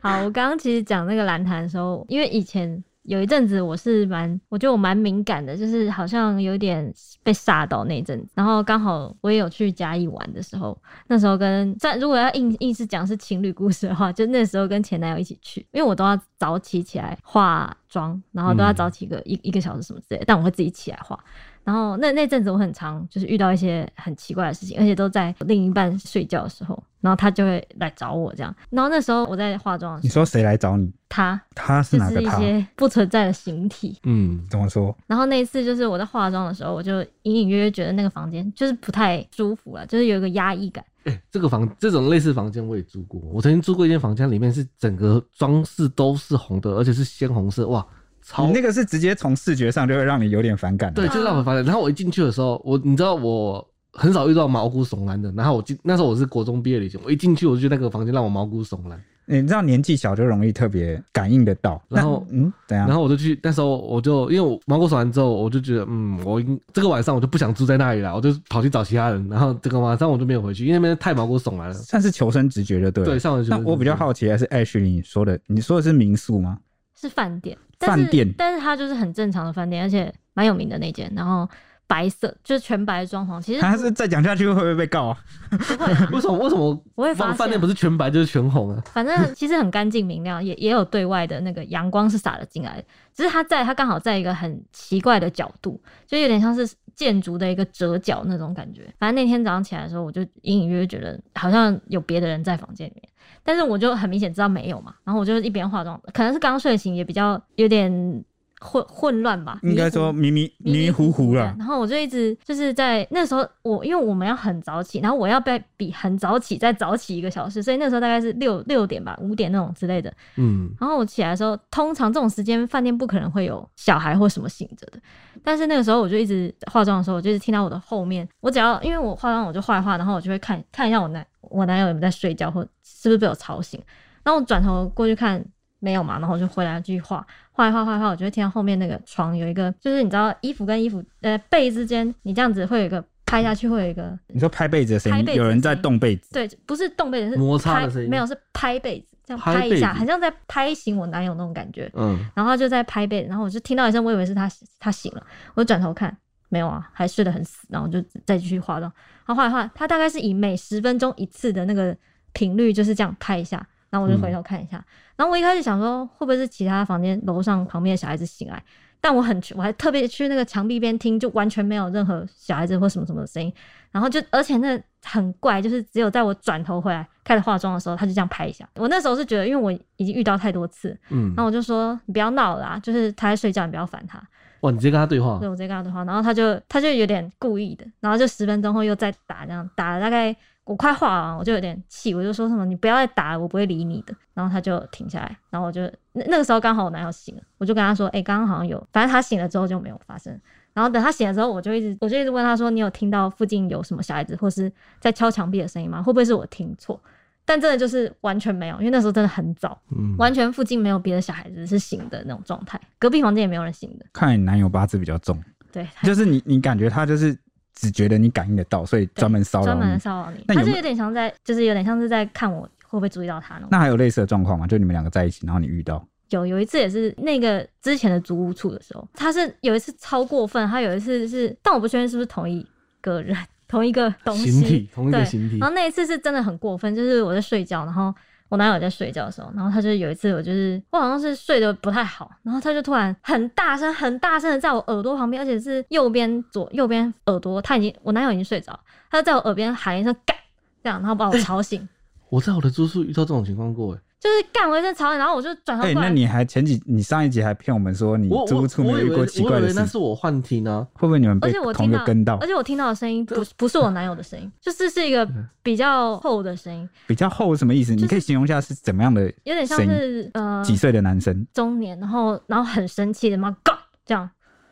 Speaker 2: 好，我刚刚其实讲那个蓝潭的时候，因为以前有一阵子我是蛮，我觉得我蛮敏感的，就是好像有点被吓到那一阵子。然后刚好我也有去嘉义玩的时候，那时候跟在如果要硬硬是讲是情侣故事的话，就那时候跟前男友一起去，因为我都要早起起来化妆，然后都要
Speaker 3: 嗯
Speaker 2: 早起个一、一个小时什么之类的，但我会自己起来化。然后那那阵子我很常就是遇到一些很奇怪的事情，而且都在另一半睡觉的时候，然后他就会来找我这样。然后那时候我在化妆的时
Speaker 1: 你
Speaker 2: 候，
Speaker 1: 说谁来找你？
Speaker 2: 他
Speaker 1: 他是
Speaker 2: 就
Speaker 1: 哪
Speaker 2: 是
Speaker 1: 个
Speaker 2: 一
Speaker 1: 他？
Speaker 2: 些不存在的形体。
Speaker 3: 嗯
Speaker 1: 怎么说？
Speaker 2: 然后那一次就是我在化妆的时候，我就隐隐约约觉得那个房间就是不太舒服了，就是有一个压抑感。
Speaker 3: 这个房这种类似房间我也住过，我曾经住过一间房间，里面是整个装饰都是红的，而且是鲜红色，哇，超
Speaker 1: 你那个是直接从视觉上就会让你有点反感的。啊
Speaker 3: 对，就是让我发现。然后我一进去的时候，我你知道我很少遇到毛骨悚然的，然后我进那时候我是国中毕业旅行，我一进去我就觉得那个房间让我毛骨悚然，
Speaker 1: 你知道年纪小就容易特别感应得到。
Speaker 3: 然后
Speaker 1: 那嗯，怎样？
Speaker 3: 然后我就去，那时候我就因为我毛骨悚然之后，我就觉得，嗯，我应这个晚上我就不想住在那里了，我就跑去找其他人。然后这个晚上我就没有回去，因为那边太毛骨悚然了。
Speaker 1: 算是求生直觉就对了。
Speaker 3: 对，上回
Speaker 1: 那我比较，好奇的是 Ash 你说的，你说的是民宿吗？
Speaker 2: 是饭店，但是
Speaker 1: 饭店
Speaker 2: 但是它就是很正常的饭店，而且蛮有名的那间，然后白色就是全白的装潢，其实
Speaker 3: 啊
Speaker 1: 他是再讲下去会不会被告啊？
Speaker 2: 不会
Speaker 3: (laughs)
Speaker 2: 啊，
Speaker 3: 为什么为什么
Speaker 2: 我会发
Speaker 3: 饭
Speaker 2: 现
Speaker 3: 饭店不是全白就是全红啊？
Speaker 2: 反正其实很干净明亮，也也有对外的那个阳光是洒了进来的，只是它在它刚好在一个很奇怪的角度，就有点像是建筑的一个折角那种感觉。反正那天早上起来的时候，我就隐隐约约觉得好像有别的人在房间里面，但是我就很明显知道没有嘛。然后我就一边化妆，可能是刚睡醒，也比较有点混混乱吧，
Speaker 1: 应该
Speaker 2: 迷糊
Speaker 1: 说迷迷迷迷糊糊了。
Speaker 2: 然后我就一直就是在那时候我，因为我们要很早起，然后我要被比很早起再早起一个小时，所以那时候大概是六六点吧，五点那种之类的。
Speaker 3: 嗯，
Speaker 2: 然后我起来的时候，通常这种时间饭店不可能会有小孩或什么醒着的。但是那个时候我就一直化妆的时候，我就一直听到我的后面，我只要因为我化妆我就画一画，然后我就会看看一下我男我男友有没有在睡觉或是不是被我吵醒。然后我转头过去看没有嘛，然后我就回来继续画，画一画画一画，我就会听到后面那个床有一个，就是你知道衣服跟衣服呃被之间，你这样子会有一个拍下去会有一
Speaker 3: 嗯
Speaker 2: 个
Speaker 1: 你说拍被子的声
Speaker 2: 拍
Speaker 1: 音
Speaker 2: 被，子的
Speaker 1: 有人在
Speaker 2: 声音
Speaker 1: 动被子，
Speaker 2: 对，不是动被子是
Speaker 3: 摩擦的
Speaker 2: 拍
Speaker 3: 声音
Speaker 2: 没有是拍被子，这样
Speaker 3: 拍
Speaker 2: 拍一下，
Speaker 3: 被子
Speaker 2: 很像在拍醒我男友那种感觉。
Speaker 3: 嗯，
Speaker 2: 然后他就在拍被子，然后我就听到一声，我以为是他他醒了，我就转头看，没有啊，还睡得很死，然后我就再继续化妆。然后画一画，他大概是以每十分钟一次的那个频率就是这样拍一下，然后我就回头看一下。然后我一开始想说，会不会是其他房间楼上旁边的小孩子醒来？但我很去，我还特别去那个墙壁边听，就完全没有任何小孩子或什么什么的声音。然后就，而且那很怪，就是只有在我转头回来开始化妆的时候，他就这样拍一下。我那时候是觉得，因为我已经遇到太多次，
Speaker 3: 嗯
Speaker 2: 然，后我就说你不要闹啦，就是他在睡觉，你不要烦他。
Speaker 3: 哇，你直接跟他对话
Speaker 2: 所以，我直接跟他对话，然后他就他就有点故意的，然后就十分钟后又再打，这样打了大概我快画完，我就有点气，我就说什么你不要再打了，我不会理你的。然后他就停下来，然后我就那那个时候刚好我男友醒了，我就跟他说，哎、刚刚好像有，反正他醒了之后就没有发生。然后等他醒了之后，我就一直我就一直问他说，你有听到附近有什么小孩子或是在敲墙壁的声音吗？会不会是我听错？但真的就是完全没有，因为那时候真的很早，
Speaker 3: 嗯，
Speaker 2: 完全附近没有别的小孩子是醒的那种状态，隔壁房间也没有人醒的。
Speaker 1: 看来你男友八字比较
Speaker 2: (laughs)
Speaker 1: 重，
Speaker 2: 对，
Speaker 1: 就是你你感觉他就是只觉得你感应得到，所以专门骚扰
Speaker 2: 专门
Speaker 1: 你。
Speaker 2: 骚扰你，
Speaker 1: 那
Speaker 2: 他
Speaker 1: 有
Speaker 2: 就
Speaker 1: 没有
Speaker 2: 有点像在，就是有点像是在看我会不会注意到他那种。
Speaker 1: 那还有类似的状况吗？就你们两个在一起，然后你遇到，
Speaker 2: 有有一次也是那个之前的租屋处的时候，他是有一次超过分，他有一次是，但我不确定是不是同一个人，同一个东
Speaker 3: 形体
Speaker 2: 西，
Speaker 3: 同一个
Speaker 2: 对
Speaker 3: 形体
Speaker 1: 嗯
Speaker 2: 然，后那一次是真的很过分，就是我在睡觉，然后我男友在睡觉的时候，然后他就有一次我就是我好像是睡得不太好，然后他就突然很大声很大声的在我耳朵旁边，而且是右边左右边耳朵，他已经我男友已经睡着，他就在我耳边喊一声干，这样然后把我吵醒，
Speaker 3: 我在我的住宿遇到这种情况过，哎，
Speaker 2: 就是干我一声吵醒，然后我就转头
Speaker 1: 哎、
Speaker 2: 过来，
Speaker 1: 那你还前几你上一集还骗我们说你
Speaker 3: 我我
Speaker 1: 租出
Speaker 3: 我
Speaker 1: 没
Speaker 3: 以
Speaker 1: 有遇
Speaker 3: 为
Speaker 1: 过奇怪
Speaker 3: 我以
Speaker 1: 的
Speaker 3: 为
Speaker 1: 事
Speaker 3: 那，是我幻听啊，
Speaker 1: 会不会你们
Speaker 2: 而
Speaker 1: 被
Speaker 2: 且我
Speaker 1: 同一
Speaker 2: 听
Speaker 1: 个
Speaker 2: 到，
Speaker 1: 跟到
Speaker 2: 而？且我听到的声音不不是我男友的声音，就是是一个比较厚的声音，
Speaker 1: 比较厚是什么意思？
Speaker 2: 是
Speaker 1: 你可以形容一下是怎么样的？
Speaker 2: 有点像是呃
Speaker 1: 几岁的男生？
Speaker 2: 中年，然后然后很生气的嘛，嘎这样，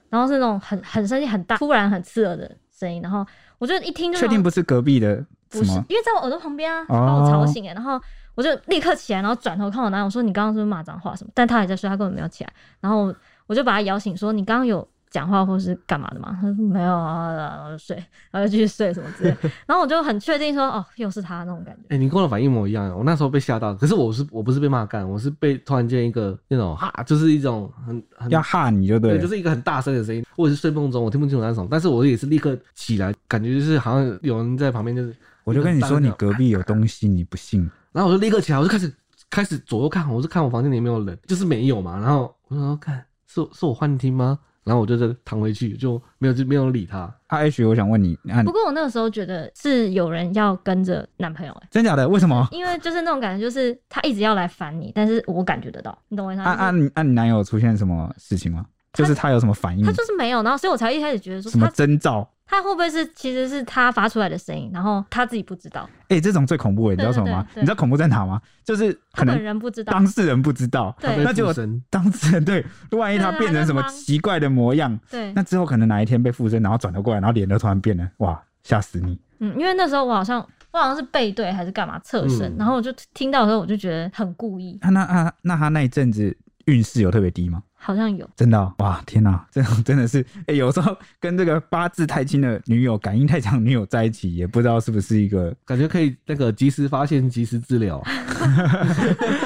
Speaker 2: 然后是那种很很生气、很大、突然很刺耳的声音，然后我就一听就
Speaker 1: 确定不是隔壁的
Speaker 2: 不
Speaker 1: 什
Speaker 2: 是
Speaker 1: 么，？
Speaker 2: 因为在我耳朵旁边啊，
Speaker 1: 哦
Speaker 2: 把我吵醒哎、然后我就立刻起来，然后转头看我男友说你刚刚是不是骂脏话什么？但他还在睡，他根本没有起来，然后我就把他摇醒说你刚刚有。讲话或是干嘛的嘛？他说没有啊，然后就睡，然后就继续睡什么之类 (laughs) 的。然后我就很确定说，哦，又是他那种感觉。
Speaker 3: 哎、你跟我的反应一模一样，我那时候被吓到，可是我是我不是被骂干，我是被突然间一个那种哈，就是一种很很
Speaker 1: 要吓你就对
Speaker 3: 对，
Speaker 1: 了。
Speaker 3: 就是一个很大声的声音，我也是睡梦中，我听不清楚那种，但是我也是立刻起来，感觉就是好像有人在旁边，就是，
Speaker 1: 我就跟你说，你隔壁有东西，你不信？
Speaker 3: 然后我就立刻起来，我就开始开始左右看，我就看我房间里有没有人，就是没有嘛，然后我就说看是是我幻听吗？然后我就再躺回去，就没有就没有理他，
Speaker 1: 啊，H，我想问你，啊，
Speaker 2: 不过我那个时候觉得是有人要跟着男朋友、欸，
Speaker 1: 真假的？为什么？
Speaker 2: 因为就是那种感觉，就是他一直要来烦你，但是我感觉得到，你懂我意思吗？
Speaker 1: 啊啊，你啊，你男友就是出现什么事情吗？
Speaker 2: 他
Speaker 1: 就是他有什么反应
Speaker 2: 他？就是没有，然后所以我才一开始觉得说
Speaker 1: 什么
Speaker 2: 他
Speaker 1: 征兆？
Speaker 2: 他会不会是其实是他发出来的声音，然后他自己不知道，
Speaker 1: 哎、这种最恐怖的，你知道什么吗
Speaker 2: 对对？对
Speaker 1: 你知道恐怖在哪吗？就是
Speaker 2: 他
Speaker 1: 可
Speaker 2: 本
Speaker 1: 能
Speaker 2: 人不知道。
Speaker 1: 当事人不知道，
Speaker 2: 对
Speaker 3: 他
Speaker 1: 那
Speaker 3: 被
Speaker 1: 就
Speaker 3: 附身，
Speaker 1: 当事人对，万一他
Speaker 2: 对啊
Speaker 1: 变成什么
Speaker 2: 那帮
Speaker 1: 奇怪的模样，
Speaker 2: 对，
Speaker 1: 那之后可能哪一天被附身，然后转头过来，然后脸都突然变了，哇，吓死你！
Speaker 2: 嗯，因为那时候我好像我好像是背对还是干嘛侧身，
Speaker 3: 嗯
Speaker 2: 然后我就听到的时候我就觉得很故意，
Speaker 1: 啊、那啊，那他那一阵子运势有特别低吗？
Speaker 2: 好像有。
Speaker 1: 真的哦、哇，天哪，这种真的是，哎、有时候跟这个八字太轻的女友、感应太强的女友在一起，也不知道是不是一个
Speaker 3: 感觉可以那个及时发现，及时治疗。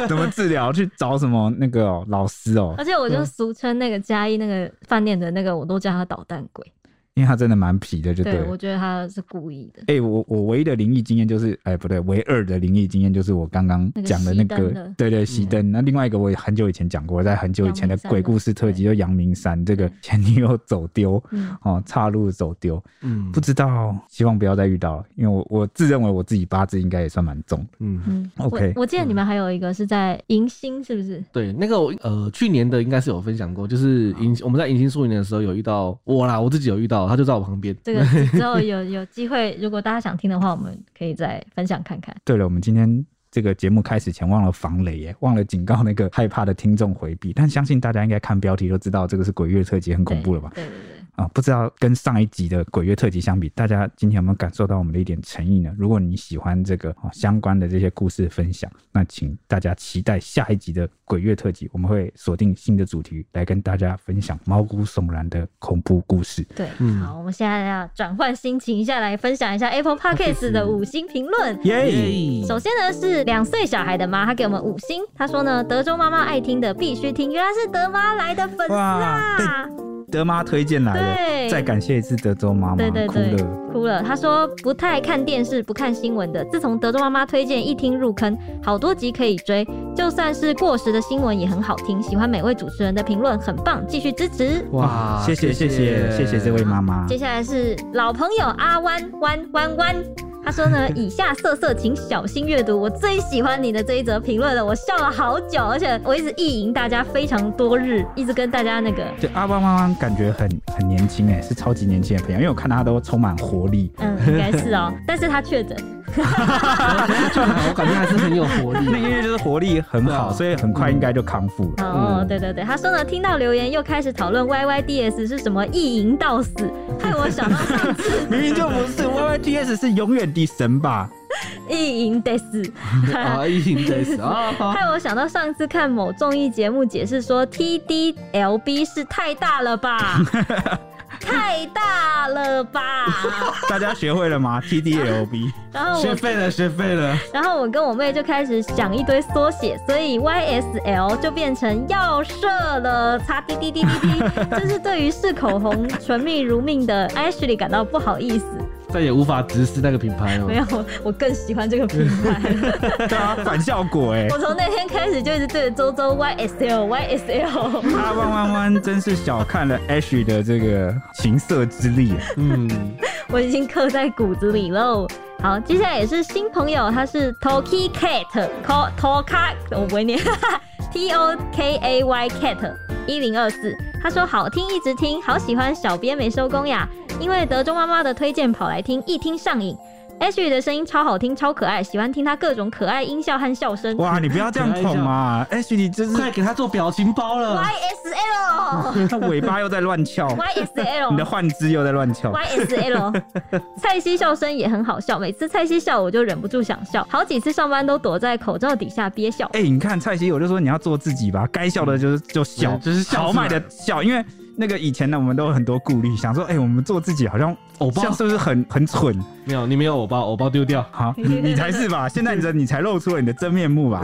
Speaker 1: 怎么治疗，去找什么那个哦、老师哦
Speaker 2: 而。且我就
Speaker 3: 嗯
Speaker 2: 俗称那个嘉义那个饭店的那个，我都叫他捣蛋鬼，
Speaker 1: 因为他真的蛮皮的，就
Speaker 2: 对
Speaker 1: 了。
Speaker 2: 我觉得他是故意的。
Speaker 1: 哎、我我唯一的灵异经验就是，哎、不对，唯二的灵异经验就是我刚刚
Speaker 2: 那个
Speaker 1: 讲的
Speaker 2: 熄
Speaker 1: 那
Speaker 2: 灯
Speaker 1: 个，
Speaker 2: 的嗯
Speaker 1: 对对，熄灯。那另外一个我也很久以前讲过，在很久以前的
Speaker 2: 阳明山
Speaker 1: 鬼
Speaker 2: 的
Speaker 1: 故事特辑，就阳明山这个前女友走丢
Speaker 2: 嗯，
Speaker 1: 哦，岔路走丢，
Speaker 3: 嗯
Speaker 1: 不知道，希望不要再遇到了，因为我我自认为我自己八字应该也算蛮重的。
Speaker 3: 嗯，
Speaker 2: 嗯
Speaker 1: OK
Speaker 2: 我我记得你们还有一个是在迎新，是不是？
Speaker 3: 对，那个我呃去年的应该是有分享过，就是迎我们在迎新树林的时候有遇到我啦，我自己有遇到，他就在我旁边。
Speaker 1: (laughs)
Speaker 2: 这个之后有有机会，如果大家想听的话，我们可以再分享看看。
Speaker 1: 对了，我们今天。这个节目开始前忘了防雷耶，忘了警告那个害怕的听众回避，但相信大家应该看标题就知道这个是鬼月特辑，很 (laughs) 恐怖了吧？
Speaker 2: 对对对，
Speaker 1: 啊、不知道跟上一集的鬼月特辑相比，大家今天有没有感受到我们的一点诚意呢？如果你喜欢这个、哦、相关的这些故事分享，那请大家期待下一集的鬼月特辑，我们会锁定新的主题来跟大家分享毛骨悚然的恐怖故事。
Speaker 2: 对，
Speaker 3: 嗯
Speaker 2: 好，我们现在要转换心情一下，来分享一下 Apple Podcast 的五星评论。
Speaker 1: 耶、
Speaker 2: 首先呢是两岁小孩的妈，她给我们五星，她说呢德州妈妈爱听的必须听，原来是德妈来的粉丝
Speaker 1: 哇对
Speaker 2: 啊！
Speaker 1: 德妈推荐来
Speaker 2: 对
Speaker 1: 了，再感谢一次德州妈妈，
Speaker 2: 对对
Speaker 1: 哭
Speaker 2: 对
Speaker 1: 了。，
Speaker 2: 哭了。他说不太看电视、不看新闻的，自从德州妈妈推荐一听入坑，好多集可以追，就算是过时的新闻也很好听。喜欢每位主持人的评论，很棒，继续支持。
Speaker 1: 哇，谢谢谢谢谢谢这位妈妈
Speaker 2: 接，下来是老朋友阿弯弯弯弯，他说呢，以下色色请小心阅读。我最喜欢你的这一则评论了，我笑了好久，而且我一直意淫大家非常多日，一直跟大家那个
Speaker 1: 对阿汪汪汪感觉很很年轻哎，是超级年轻的朋友，因为我看她都充满活力。
Speaker 2: 嗯，应该是哦，但是他确诊。
Speaker 3: (laughs) 我感觉还是很有
Speaker 1: (laughs)
Speaker 3: 活
Speaker 1: 那
Speaker 3: 力。啊
Speaker 1: 因为就是活力很
Speaker 3: 对
Speaker 1: 好，
Speaker 3: 啊
Speaker 1: 所以很快应该就康复了。
Speaker 2: 哦，
Speaker 3: 嗯
Speaker 2: 对对对，他说呢，听到留言又开始讨论 YYDS 是什么意淫到死，害我想到上次 (laughs)
Speaker 3: 嗯
Speaker 1: 明明就不是 Y Y T S 是永远的神吧？
Speaker 2: 意淫得死，
Speaker 3: 啊，一听
Speaker 2: (laughs)
Speaker 3: 这次啊，好
Speaker 2: 哦害我想到上次看某综艺节目解释说 TDLB 是太大了吧，太大了吧，
Speaker 1: 大家学会了吗？T D L B
Speaker 2: 然后
Speaker 3: 学
Speaker 2: 我
Speaker 3: 废了，学废了。
Speaker 2: 然后我跟我妹就开始想一堆缩写，所以 YSL 就变成药社了，擦滴滴滴滴滴，这是对于视口红唇蜜如命的 Ashley 感到不好意思。
Speaker 3: 再也无法直视那个品牌
Speaker 2: (laughs)
Speaker 3: 了。
Speaker 2: 没有，我我更喜欢这个品牌。
Speaker 1: 对啊，反效果哎、
Speaker 2: 我从那天开始就一直对着周周 YSL YSL。
Speaker 1: 他弯弯弯真是小看了 Ash 的这个情色之力，
Speaker 3: 嗯，
Speaker 2: 我已经刻在骨子里喽。好，接下来也是新朋友，他是 Toki Cat Ko Toka，我不会念 (laughs) T O K A Y Cat 一零二四，他说好听，一直听，好喜欢，小编没收工呀，因为德州妈妈的推荐跑来听，一听上瘾。H 的声音超好听，超可爱，喜欢听她各种可爱音效和笑声。
Speaker 1: 哇！你不要这样捧
Speaker 3: (laughs)
Speaker 1: 啊，Ash 你真
Speaker 3: 快
Speaker 1: 是
Speaker 3: 给他做表情包了。
Speaker 2: Y S L
Speaker 1: 他尾巴又在乱翘，
Speaker 2: Y S
Speaker 1: 你的
Speaker 2: L
Speaker 1: 幻肢又在乱翘。
Speaker 2: Y S
Speaker 1: (laughs)
Speaker 2: L，蔡西笑声也很好笑，每次蔡西笑我就忍不住想笑，好几次上班都躲在口罩底下憋
Speaker 1: (laughs)
Speaker 2: 笑。
Speaker 1: 哎、你看蔡徐，我就说你要做自己吧，该笑的就是就笑，
Speaker 3: 对就是笑
Speaker 1: 豪迈的笑，因为那个以前呢，我们都有很多顾虑，想说，哎、我们做自己好像
Speaker 3: 欧巴
Speaker 1: 像是不是很很蠢？
Speaker 3: 没有，你没有我包，我包丢掉。
Speaker 2: (laughs)
Speaker 1: 好，你你才是吧？现在你的你才露出了你的真面目吧？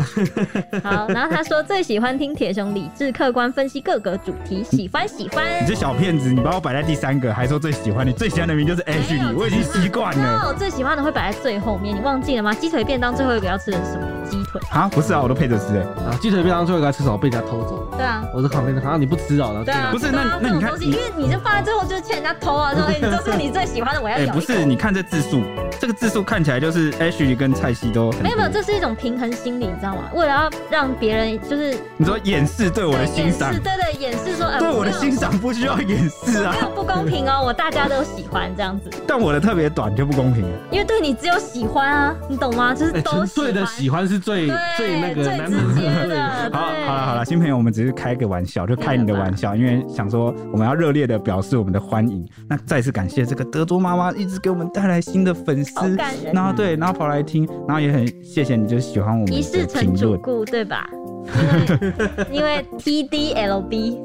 Speaker 2: 好，然后他说最喜欢听铁熊理智客观分析各个主题，喜欢喜欢。
Speaker 1: 你这小骗子，你把我摆在第三个，还说最喜欢你，最喜欢的名就是
Speaker 2: 没有
Speaker 1: Ashley，我已经习惯了。
Speaker 2: 那我最喜欢的会摆在最后面，你忘记了吗？鸡腿便当最后一个要吃的是什么？鸡腿。
Speaker 1: 啊，不是啊，我都配着吃哎、
Speaker 3: 啊，鸡腿便当最后一个吃什么？被人家偷走。
Speaker 2: 对啊。
Speaker 3: 我在旁边看啊，你不吃哦，然后
Speaker 2: 对
Speaker 3: 进
Speaker 2: 啊，
Speaker 3: 来
Speaker 1: 不是
Speaker 2: 对啊
Speaker 1: 那那
Speaker 2: 这种
Speaker 1: 你看
Speaker 2: 东西，
Speaker 1: 你
Speaker 2: 因为你就放在最后就是欠人家偷啊，说哎，
Speaker 1: (laughs)
Speaker 2: 这是你最喜欢的，我要
Speaker 1: 哎、
Speaker 2: 咬一口。
Speaker 1: 不是，你看这字数，这个字数看起来就是 Ashley 跟蔡西都很
Speaker 2: 没有没有，
Speaker 1: 多
Speaker 2: 这是一种平衡心理，你知道吗？为了要让别人就是
Speaker 1: 你说掩饰对我的欣
Speaker 2: 对，
Speaker 1: 赏
Speaker 2: 掩饰对对，掩饰说，呃
Speaker 1: 对我的
Speaker 2: 没有
Speaker 1: 欣赏不需要掩饰啊
Speaker 2: 没。有不公平哦，我大家都喜欢这样子，
Speaker 1: 但我的特别短就不公平了。
Speaker 2: 因为对你只有喜欢啊，你懂吗？就是
Speaker 3: 哎
Speaker 2: 都
Speaker 3: 纯
Speaker 2: 喜
Speaker 3: 粹
Speaker 2: 欢。
Speaker 3: 的喜欢是最
Speaker 2: 对
Speaker 3: 最那个
Speaker 2: 最
Speaker 3: 难
Speaker 2: 直接
Speaker 3: 免 (laughs)
Speaker 2: 的 (laughs)
Speaker 1: 好，
Speaker 2: 对
Speaker 1: 好了好了，新朋友，我们只是开个玩笑，就开你的玩笑，因为想说我们要热烈的表示我们的欢迎。那再次感谢这个德州妈妈一直给我们带来新的粉丝
Speaker 2: 好感，人啊
Speaker 1: 然后对，然后跑来听，然后也很谢谢你，就是喜欢我们
Speaker 2: 一
Speaker 1: 的
Speaker 2: 世成
Speaker 1: 评
Speaker 2: 主 (laughs)
Speaker 1: 论。
Speaker 2: 顾，对吧？因为因
Speaker 3: (laughs)
Speaker 2: 为 TDLB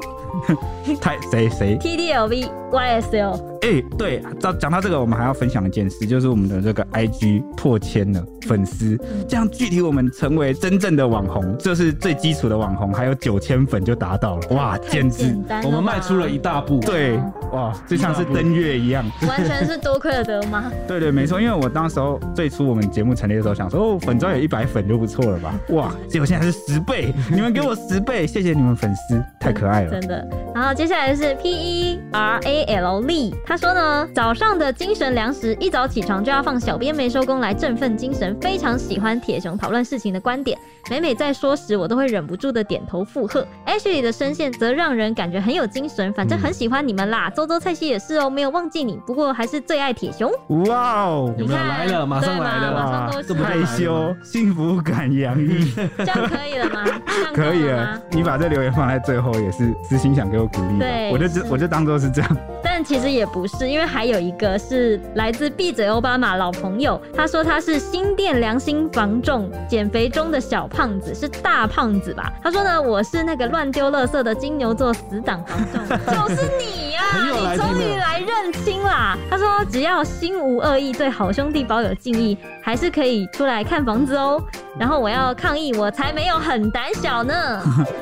Speaker 1: 太谁谁
Speaker 2: TDLB YSL
Speaker 1: 哎、对，讲讲到这个，我们还要分享一件事，就是我们的这个 IG 破千了粉丝，这样距离我们成为真正的网红，就是最基础的网红，还有九千粉就达到了，哇，
Speaker 2: 太
Speaker 1: 简直
Speaker 2: (laughs) 简！单了
Speaker 3: 我
Speaker 2: 吧
Speaker 3: 们迈出了一大步。
Speaker 1: 对，
Speaker 2: 啊
Speaker 1: 哇，就像是登月一样。
Speaker 2: 完全是多亏了德妈，
Speaker 1: 对对，没错，因为我当时候最初我们节目成立的时候，想说哦，粉砖有一百粉就不错了吧？哇，结果现在是十
Speaker 2: (laughs)
Speaker 1: 倍，你们给我十倍，谢谢你们粉丝，太可
Speaker 3: 啊
Speaker 1: 爱了
Speaker 2: 真。的。然后接下来是 P E R A L Lee，他说呢，早上的精神粮食，一早起床就要放小编没收工来振奋精神，非常喜欢铁熊讨论事情的观点，每每在说时，我都会忍不住的点头附和。Ashley 的声线则让人感觉很有精神，反正很喜欢你们啦。周周蔡西也是哦，没有忘记你，不过还是最爱铁熊。
Speaker 1: 哇哦，
Speaker 3: 有没有
Speaker 2: 你看
Speaker 3: 来了马上
Speaker 2: 对嘛
Speaker 3: 来了
Speaker 2: 马上
Speaker 1: 哇
Speaker 2: 都，是
Speaker 3: 这么
Speaker 1: 害羞，幸福感洋溢。
Speaker 2: 这样可以了吗？这样够
Speaker 1: (laughs) 可以
Speaker 2: 了
Speaker 1: 了
Speaker 3: 啊
Speaker 2: 吗？，
Speaker 1: 你把这留言放在最后也是私心想给我鼓励吧
Speaker 2: 对，
Speaker 1: 我就只
Speaker 2: 是
Speaker 1: 我就当做是这样。 (laughs)
Speaker 2: 但其实也不是，因为还有一个是来自闭嘴欧巴马老朋友，他说他是新店良心房仲减肥中的小胖子，是大胖子吧？他说呢，我是那个乱丢垃圾的金牛座死党房
Speaker 3: (laughs)
Speaker 2: 仲，就是你呀、
Speaker 3: 很有来
Speaker 2: 你
Speaker 3: 劲
Speaker 2: 终
Speaker 3: 了
Speaker 2: 于来认亲啦！他说只要心无恶意，对好兄弟保有敬意，还是可以出来看房子哦。然后我要抗议，我才没有很胆小呢。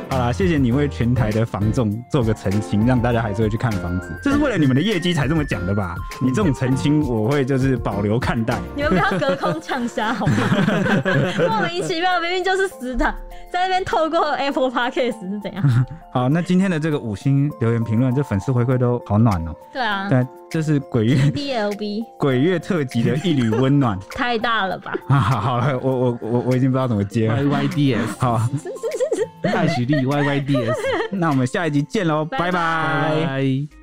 Speaker 1: 好啦，谢谢你为全台的房仲做个澄清，让大家还是会去看房子，这是为了你们的业绩才这么讲的吧？你这种澄清，我会就是保留看待。
Speaker 2: 你们不要隔空呛虾好吗？莫名其妙，明明就是死党，在那边透过 Apple Podcast 是怎样？
Speaker 1: 好，那今天的这个五星留言评论，这粉丝回馈都好暖哦、
Speaker 2: 对啊
Speaker 1: 对，这是鬼月 (laughs)
Speaker 2: ，DLB
Speaker 1: 鬼月特辑的一缕温暖 (laughs)
Speaker 2: 太大了吧？
Speaker 1: 啊！好了，我我我我已经不知道怎么接 (laughs) 了。
Speaker 2: (laughs)
Speaker 3: YYDS，
Speaker 1: 好，
Speaker 3: 艾许丽 YYDS，
Speaker 1: 那我们下一集见喽，拜
Speaker 2: 拜
Speaker 1: 拜
Speaker 3: 拜。